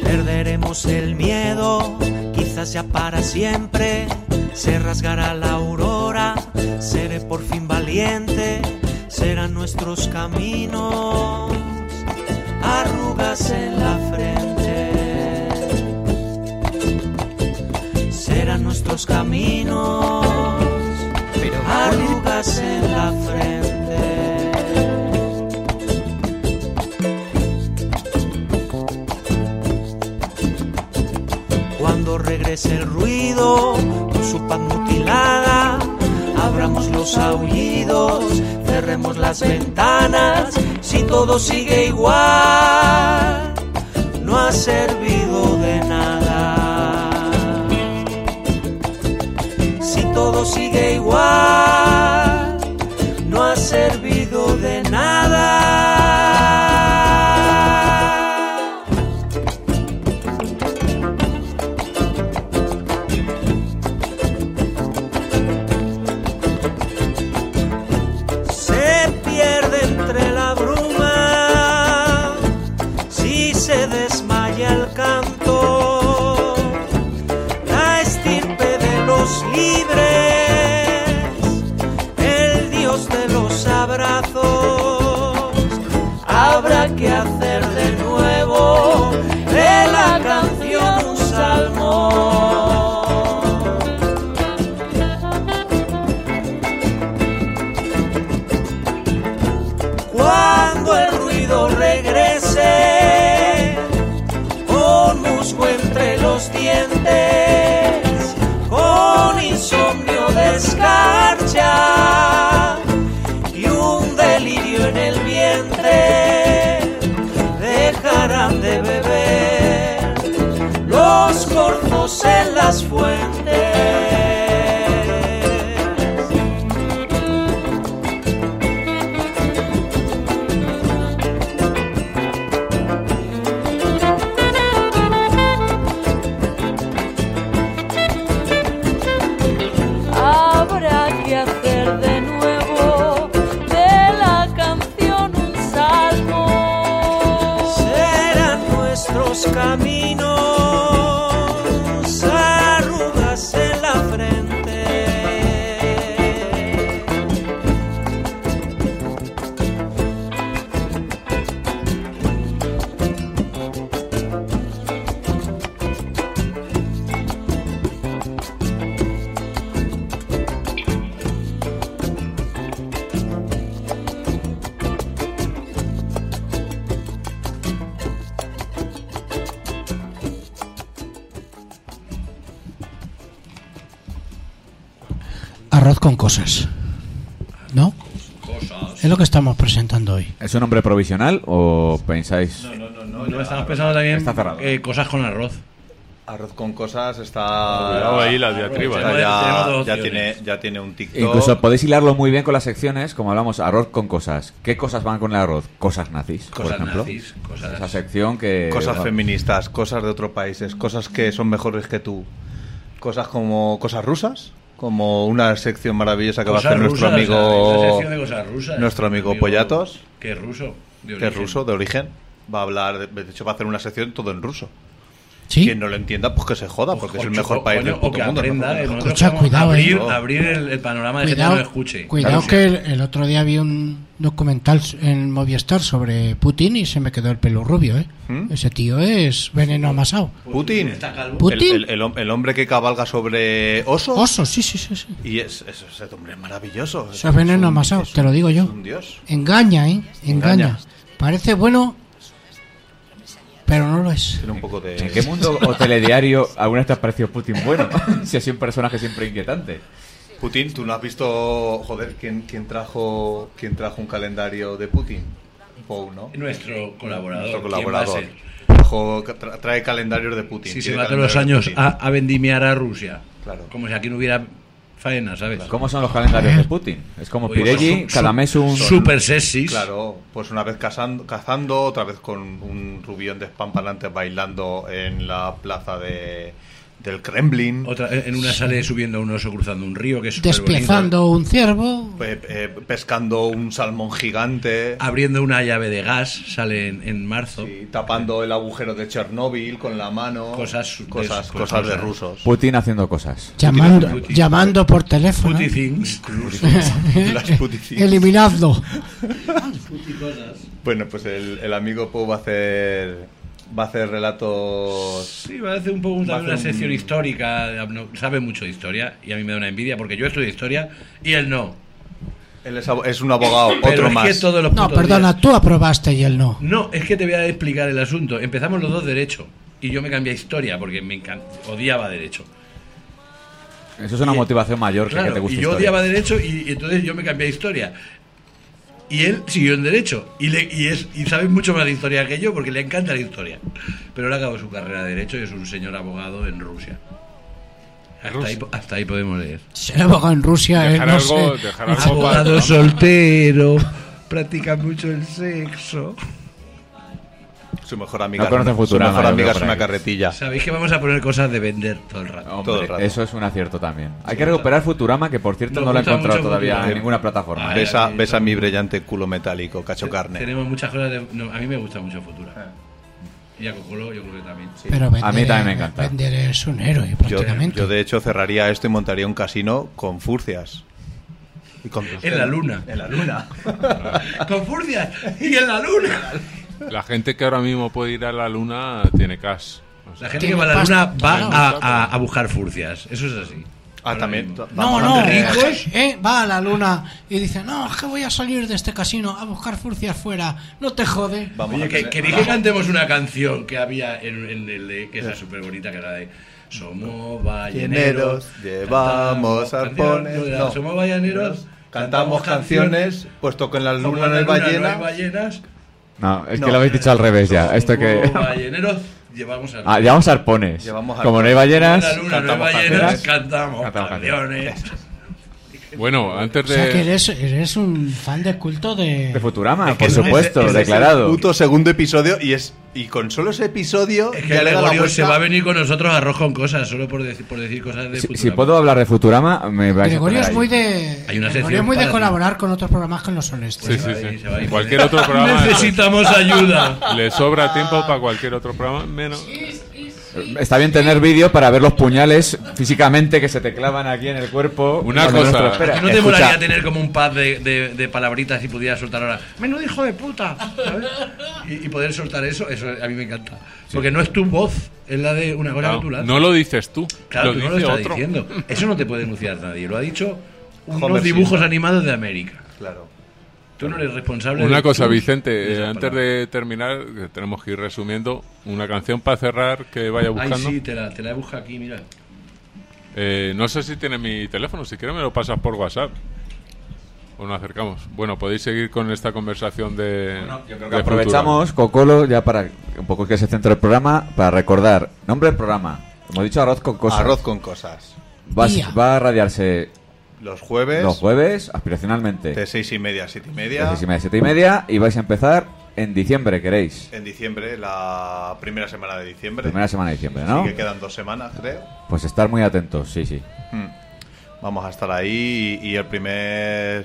S11: Perdamos el miedo, quizás sea para siempre. Se rasgará la aurora, seré por fin valiente. Serán nuestros caminos, arrugas en la frente. Serán nuestros caminos, arrugas en la frente. Cuando regrese el ruido con su paz mutilada, abramos los aullidos, cerremos las ventanas. Si todo sigue igual, no ha servido de nada. Si todo sigue igual, no ha servido de nada. se pierde entre la bruma, si se desmaya el canto, la estirpe de los libres, el dios de los abrazos, habrá que hacer de nuevo de la canción un salmo. cuando el ruido regrese, con musgo entre los dientes, con insomnio de escarcha y un delirio en el vientre, dejarán de beber los corzos en las fuentes.
S12: Habrá que hacer de nuevo de la canción un salmo.
S11: serán nuestros caminos, arrugas en la frente.
S2: Arroz con cosas. ¿No?
S4: Cosas.
S2: Es lo que estamos presentando hoy.
S6: ¿Es un nombre provisional o pensáis?
S4: No, no, no, no, estamos pensando también
S6: Está cerrado.
S4: eh, cosas con arroz.
S3: Arroz con cosas está.
S5: Cuidado ahí la diatriba,
S3: Ya-
S5: ¿eh?
S4: Tenemos dos
S3: Ya, ya
S4: opciones.
S3: tiene, ya tiene un TikTok.
S6: Incluso podéis hilarlo muy bien con las secciones, como hablamos arroz con cosas. ¿Qué cosas van con el arroz? Cosas nazis, por
S4: Cosas
S6: ejemplo.
S4: nazis, cosas-
S6: Esa sección que
S3: cosas
S6: bueno,
S3: feministas, cosas de otros países, cosas que son mejores que tú. Cosas como cosas rusas, como una sección maravillosa que va a
S4: Cosas
S3: hacer nuestro
S4: rusas,
S3: amigo
S4: o sea, esa sección de cosas rusas.
S3: nuestro amigo Pollatos,
S4: Que es ruso.
S3: que
S4: de
S3: es
S4: origen.
S3: ruso de origen. Va a hablar, de, de hecho va a hacer una sección todo en ruso.
S2: ¿Sí?
S3: Quien no lo entienda, pues que se joda, porque es el
S4: Ocho,
S3: mejor país
S4: coño,
S3: del puto
S4: o que
S3: mundo. el
S4: aprenda,
S3: mejor
S4: eh,
S3: mundo.
S4: nosotros
S2: Escucha,
S4: somos-
S2: cuidado, eh.
S4: abrir, abrir el, el panorama de gente que no lo escuche.
S2: cuidado
S4: Claro,
S2: que
S4: sí.
S2: el, el otro día vi un documental en Movistar sobre Putin y se me quedó el pelo rubio, ¿eh?
S3: ¿Mm?
S2: Ese tío es veneno amasado.
S3: Putin,
S4: Está calvo.
S2: Putin.
S3: El, el- el hom- el hombre que cabalga sobre osos.
S2: Oso, sí, sí, sí. sí.
S3: Y es, es, ese hombre es maravilloso.
S2: Eso es veneno
S3: un-
S2: amasado,
S3: pues es
S2: te lo digo yo.
S3: un dios.
S2: Engaña, ¿eh? Engaña.
S3: Engaña.
S2: Parece bueno, pero no lo es.
S3: Tiene un poco de.
S6: ¿En qué mundo o telediario alguna vez te ha parecido Putin bueno? si ha sido un personaje siempre inquietante.
S3: Putin, tú no has visto, joder, quién, quién trajo quién trajo un calendario de Putin? Pou, ¿no?
S4: Nuestro colaborador.
S3: Nuestro
S4: ¿quién va a
S3: colaborador.
S4: ser?
S3: Trajo- tra- trae calendarios de Putin.
S4: Si se
S3: tiene
S4: va todos los
S3: calendarios
S4: años
S3: de
S4: a,
S3: Putin.
S4: a vendimiar a Rusia.
S3: Claro.
S4: Como si aquí no hubiera faena, ¿sabes?
S6: ¿Cómo son los calendarios de Putin? Es como
S4: Oye,
S6: Pirelli,
S4: son su-
S6: cada mes un...
S4: Super sexys.
S3: Claro, pues una vez cazando, cazando, otra vez con un rubión despampanante bailando en la plaza de, del Kremlin.
S4: Otra, en una sale subiendo a un oso cruzando un río que es
S2: Desplazando un ciervo.
S3: Pe- eh, pescando un salmón gigante.
S4: Abriendo una llave de gas, sale en, en marzo.
S3: tapando el agujero de Chernóbil con la mano.
S4: Cosas de-
S3: cosas,
S4: cosas-
S3: cosas de rusos.
S6: Putin haciendo cosas.
S2: Llamando, llamando por teléfono.
S3: Las puticings.
S2: Eliminadlo.
S3: Bueno, pues el, el amigo Poe va a hacer va a hacer relatos.
S4: Sí, va a hacer un poco
S3: Va a
S4: una,
S3: hacer
S4: una
S3: un-
S4: sección histórica. no- sabe mucho de historia y a mí me da una envidia porque yo estudio historia y él no.
S3: Él es, abo- es un abogado,
S4: Pero
S3: otro
S4: es
S3: más.
S4: que todos los
S2: No,
S4: putos
S2: perdona,
S4: días-
S2: tú aprobaste y él no.
S4: No, es que te voy a explicar el asunto. Empezamos los dos derecho y yo me cambié a historia porque me encan- odiaba derecho.
S6: Eso es una motivación mayor que,
S4: Claro,
S6: que te
S4: y
S6: guste.
S4: yo
S6: historia.
S4: odiaba derecho y, y entonces yo me cambié a historia. Y él siguió en derecho y, le, y, es, y sabe mucho más de historia que yo porque le encanta la historia. Pero él acabó su carrera de derecho y es un señor abogado en Rusia. Hasta, ahí, po- hasta ahí podemos leer.
S2: Ser abogado en Rusia es
S4: Dejar
S2: no
S4: algo-
S2: sé.
S4: dejar algo para- Abogado
S5: soltero,
S4: practica mucho el sexo.
S3: Su mejor amiga,
S6: No conoce eh.
S3: es, una- su
S6: futuro,
S3: mejor
S6: no, yo
S3: amiga
S6: creo
S3: es
S6: por
S3: una
S6: ahí.
S3: carretilla.
S4: Sabéis que vamos a poner cosas de vender todo el rato.
S6: Hombre,
S4: Todo el rato.
S6: Eso es un acierto también. Hay que recuperar Futurama, que por cierto
S4: Nos
S6: no lo he
S4: gusta
S6: encontrado
S4: mucho
S6: todavía
S4: Futurama.
S6: en ninguna plataforma.
S3: Ves a, ves a mi brillante culo metálico, cacho carne.
S4: Tenemos muchas cosas de... no, a mí me gusta mucho Futura. Y a Cocolo yo creo que también.
S2: Pero vender, Vender es un héroe,
S3: Yo,
S2: prácticamente.
S3: yo, de hecho cerraría esto y montaría un casino con furcias. Y con-
S4: En la luna. En la luna. Con furcia y en la luna. este-
S5: La gente que ahora mismo puede ir a la luna tiene cash. O sea,
S4: La gente que va a la luna va a, a- a buscar furcias. Eso es así.
S3: Ah, también.
S2: No,
S4: Vamos
S2: no,
S4: a tener-
S2: eh, va a la luna y dice, no, es que voy a salir de este casino a buscar furcias fuera, no te jode.
S4: Oye, que, queréis que cantemos una canción que había en, en el de- que esa súper bonita, que era de Somos balleneros,
S3: Lleneros, llevamos
S4: cantamos
S3: arpones.
S4: canciones,
S3: No.
S4: Somos balleneros,
S3: Cantamos canciones, puesto que en la
S4: como
S3: luna no hay
S4: luna
S3: ballena.
S4: ballenas.
S6: No, es
S3: No.
S6: que lo habéis dicho al revés ya. Esto que.
S4: Somos balleneros, llevamos arpones.
S6: Ah, llevamos arpones.
S4: Llevamos
S6: Como no hay ballenas.
S4: En la luna no hay
S6: cantamos
S4: ballenas,
S6: canciones.
S5: Ah,
S4: cantamos
S6: Cantamos
S4: canciones.
S5: Bueno, antes
S2: O sea que
S5: de.
S2: eres, eres un fan de culto de...
S6: De Futurama, por
S3: Es-
S6: supuesto,
S3: es el
S6: declarado.
S3: puto segundo episodio y es y con solo ese episodio
S4: Es que
S3: ya le da la
S4: Gregorio
S3: vuelta.
S4: se va a venir con nosotros a arroz con cosas, solo por decir, por decir cosas de
S6: Si, si
S4: Futurama.
S6: puedo hablar de Futurama, me vais a
S2: Gregorio
S6: tener
S2: es
S6: ahí.
S2: muy de...
S4: Hay una
S2: Gregorio
S4: sección
S2: es muy de
S4: para-
S2: colaborar con otros programas que no son estos.
S5: Sí, sí, sí. Cualquier otro programa.
S4: Necesitamos ayuda.
S5: Le sobra
S2: Ah.
S5: tiempo para cualquier otro programa, menos.
S6: Está bien tener vídeo para ver los puñales físicamente que se te clavan aquí en el cuerpo.
S5: Una
S6: Cuando
S5: cosa.
S6: te lo esperas.
S4: ¿No te
S6: Escucha,
S4: molaría tener como un pad de, de- de palabritas y pudieras soltar ahora? Menudo hijo de puta. ¿sabes? Y, y poder soltar eso, eso a mí me encanta. Porque no es tu voz, es la de una cosa
S5: No,
S4: que tú la haces.
S5: no lo dices tú.
S4: Claro,
S5: lo
S4: tú
S5: dice
S4: no lo estás
S5: otro.
S4: diciendo. Eso no te puede denunciar nadie. Lo ha dicho unos
S5: Homer
S4: dibujos
S5: Simpson.
S4: animados de América.
S3: Claro.
S4: Tú no eres responsable.
S5: Una
S4: de
S5: cosa,
S4: tus-
S5: Vicente,
S4: de
S5: eh,
S4: esas
S5: antes de terminar, que tenemos que ir resumiendo, una canción para cerrar que vaya
S4: palabras.
S5: buscando.
S4: Ay, sí, te la, te la he buscado aquí, mira.
S5: Eh, no sé si tiene mi teléfono, si quieres me lo pasas por WhatsApp. O nos acercamos. Bueno, podéis seguir con esta conversación de.
S6: creo
S5: de
S6: que aprovechamos, Cocolo, ya para un poco que se centre el programa, para recordar. Nombre del programa. Hemos dicho arroz con cosas.
S3: Arroz con cosas.
S6: Va, a-
S3: Día.
S6: va a radiarse
S3: Los jueves
S6: los jueves, aspiracionalmente.
S3: de seis y media a siete y
S6: De
S3: media.
S6: seis y media, siete y media, y vais a empezar en diciembre, queréis.
S3: En diciembre, la primera semana de diciembre.
S6: Primera semana de diciembre,
S3: Así
S6: ¿no?
S3: que quedan dos semanas, creo.
S6: Pues estar muy atentos, sí, sí.
S3: Mm. Vamos a estar ahí y, y el primer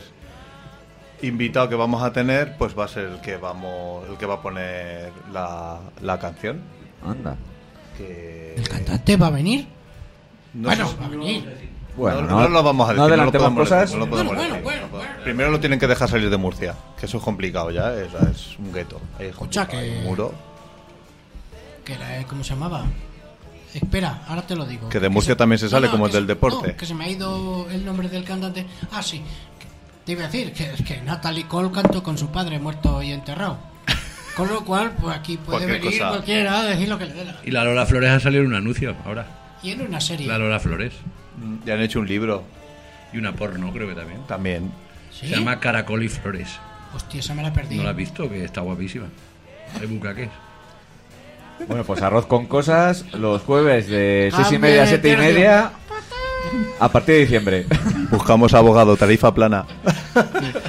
S3: invitado que vamos a tener pues va a ser el que vamos el que va a poner la, la canción
S6: anda
S3: que
S2: ¿Te va a venir?
S3: no
S2: bueno,
S3: sé-
S2: va a venir.
S6: Bueno,
S3: no,
S6: no-
S3: no lo vamos a decir
S6: no
S3: no lo
S6: adelantemos
S3: podemos
S6: cosas.
S3: decir, no lo podemos
S6: Bueno,
S3: decir, no podemos- primero lo tienen que dejar salir de Murcia que eso es complicado ya o sea, es, un gueto es
S2: Escucha,
S3: complicado,
S2: que-
S3: hay un muro
S2: Que era, eh, ¿Cómo se llamaba? Espera, ahora te lo digo.
S3: que de Murcia también se
S2: No,
S3: sale
S2: no,
S3: como
S2: que
S3: el del
S2: se-
S3: deporte
S2: no, que se me ha ido el nombre del cantante. Ah, sí. Que- Te iba a decir que, que Natalie Cole cantó con su padre muerto y enterrado. Con lo cual, pues aquí puede
S4: Cualquier
S2: venir
S4: cosa.
S2: cualquiera a decir lo que le dé la
S4: Y la Lola Flores ha salido en un anuncio ahora.
S2: Y en una serie.
S4: La Lola Flores.
S3: Ya han hecho un libro.
S4: Y una porno, creo que también.
S3: También.
S2: ¿Sí?
S4: Se llama Caracol y Flores.
S2: Hostia, esa me la perdí.
S4: ¿No la has visto? Que está guapísima. Hay bucaques.
S6: Bueno, pues arroz con cosas los jueves de seis y
S2: Cambio
S6: media a
S2: de
S6: siete y
S2: tercio.
S6: media a partir de diciembre.
S3: buscamos abogado tarifa plana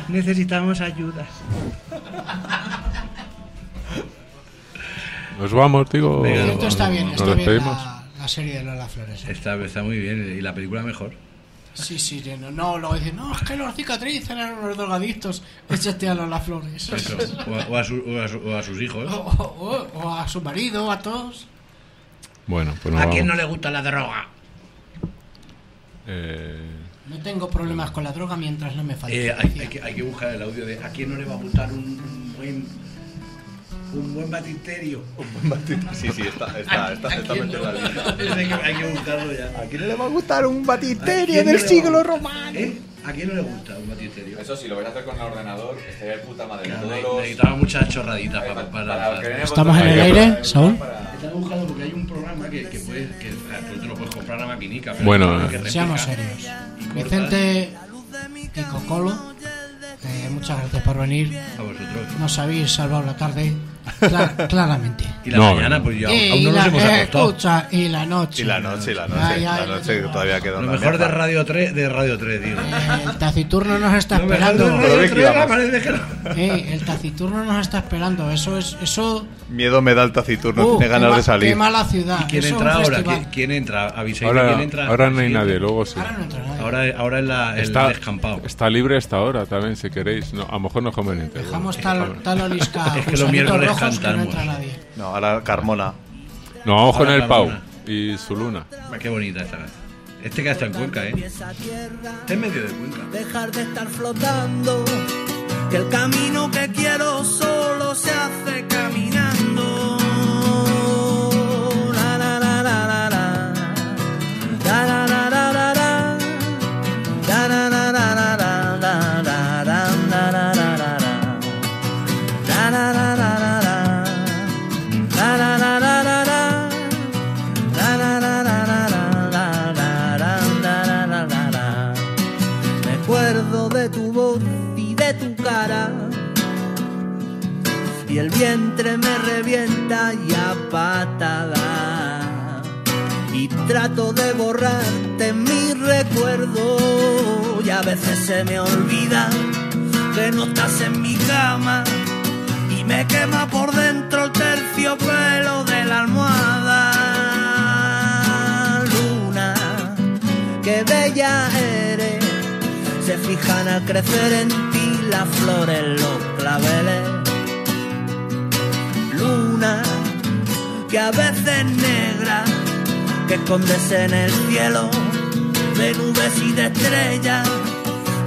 S4: Necesitamos ayuda.
S5: Nos vamos, digo.
S2: Esto está bien,
S5: Nos
S2: está bien
S5: despedimos.
S2: la, la la serie de Lola Flores. ¿eh?
S4: Está, está muy bien y la película mejor.
S2: Sí, sí, lleno. No, luego dicen, no, es que los cicatrices eran unos drogadictos. Échate a Lola Flores.
S4: Eso. O, a, o a su- o a su- o a sus hijos.
S2: O, o- o a su marido, a todos.
S5: Bueno, pues no
S4: ¿A quién
S5: vamos.
S4: no le gusta la droga?
S5: Eh,
S2: No tengo problemas con la droga mientras no me falte.
S4: Eh, hay, hay que, hay que buscar el audio de ¿A quién no le va a gustar un, un buen un buen batisterio?
S3: Sí, sí, está, está, está, está metido en la lista.
S4: hay, que, hay que buscarlo ya.
S3: ¿A
S4: quién
S3: le
S4: va
S3: a
S13: gustar un
S4: batisterio del siglo
S13: romano?
S4: ¿A quién no le gusta un batisterio?
S6: Eso sí, lo voy a hacer con el ordenador, que se ve el puta madre.
S4: Claro,
S6: Todos
S4: ne-
S6: los-
S4: necesitaba muchas chorraditas pa- para, para-
S2: ¿Estamos en el aire, Saúl?
S4: Estaba buscando porque hay un programa que, que puedes, que ah, tú te lo puedes comprar a maquinica. pero
S5: Bueno,
S4: hay un programa que
S2: Seamos
S4: replica y
S2: serios.
S4: cortas.
S2: Vicente y Cocolo, eh, muchas gracias por venir.
S4: A vosotros.
S2: Nos habéis salvado la tarde, cla- claramente.
S4: Y la
S5: No,
S4: mañana,
S5: no.
S4: pues ya
S2: Eh, Y
S4: aún no nos
S2: la-
S4: hemos acostado.
S2: Escucha, y la noche.
S3: Y la noche, y la
S2: Ay,
S3: noche, la
S2: ay,
S3: noche que todavía queda
S4: Lo
S3: una
S4: mejor de
S3: mierda.
S4: Radio 3, de Radio 3, digo.
S2: El taciturno nos está
S4: Lo mejor
S2: esperando.
S4: de Radio 3 era parece que no.
S2: Eh, el taciturno nos está esperando. Eso es. Eso.
S3: Miedo me da el taciturno,
S2: Uh,
S3: tiene
S2: qué
S3: ganas
S2: ma-
S3: de
S2: Qué
S3: salir.
S2: mala ciudad.
S4: ¿Y quién
S2: Eso es un
S4: entra ahora?
S2: festival.
S4: ¿Quién, quién entra? Aviséis que quién
S5: ahora,
S4: entra.
S5: ahora no hay
S4: Sí,
S5: nadie, luego sí.
S2: No entra nadie.
S4: Ahora, ahora en la, el
S5: Está,
S4: descampado.
S5: está libre esta hora también, si queréis. No, a lo mejor no es conveniente.
S2: Dejamos
S5: Bueno,
S2: tal, tal olisca.
S4: Es que los
S2: gusanitos
S4: miércoles
S2: rojos Que no
S4: cantamos.
S2: entra nadie.
S3: No, ahora Carmona.
S5: Nos vamos con
S4: Ahora
S5: el
S4: la
S5: Pau
S4: luna.
S5: y su luna.
S4: Ah, Qué bonita esta canción. Este que está en Cuenca, ¿eh?
S13: Esa tierra,
S4: Está en medio de Cuenca.
S13: dejar de estar flotando, que el camino que quiero solo se hace caminando. La, la, la, la, la, la. La, la, la, la, la, la. La, la, la, la, la, la, la, la, la, la, la, la, la, la. La, la, la, la, la, la. La, la, la, la, la, la. La, la, la, la, la, la, la, la, la, la, la, la, la. Recuerdo de tu voz y de tu cara. Y el vientre me revienta y a patada. Y trato de borrarte mi recuerdo. Y a veces se me olvida que no estás en mi cama. Y me quema por dentro el terciopelo de la almohada. Luna, qué bella eres. Se fijan al crecer en ti las flores, los claveles. Luna, que a veces negra, que escondes en el cielo de nubes y de estrellas.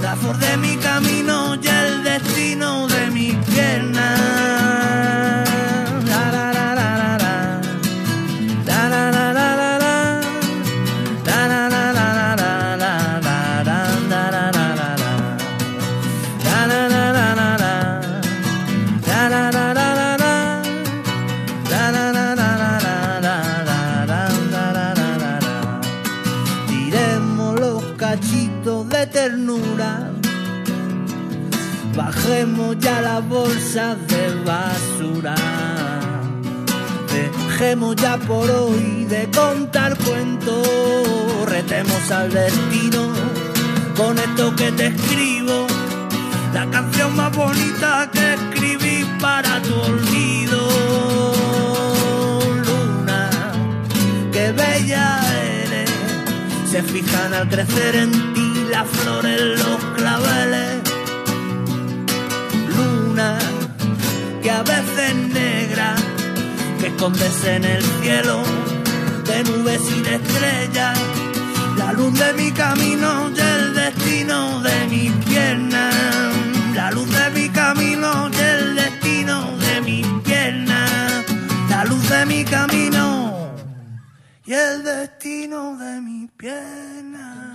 S13: La flor de mi camino y el destino de mi pierna. La, la, la, la, la, la. La, la, la, la, la, la. La, la, la, la, la, la, la, la, la, la, la, la, la, la. La, la, la, la, la, la. La, la, la, la, la, la. La, la, la, la, la, la, la, la, la, la, la, la, la. Tiremos los cachitos de ternura. Bajemos ya las bolsas de basura. Dejemos ya por hoy de contar cuentos. Retemos al destino con esto que te escribo. La canción más bonita que escribí para tu olvido. Luna, qué bella eres. Se fijan al crecer en ti las flores, los claveles. Luna, que a veces negra, que escondes en el cielo de nubes y de estrellas. La luz de mi camino y el destino de mis piernas. La luz de mi camino y el destino de mis piernas. La luz de mi camino y el destino de mis piernas.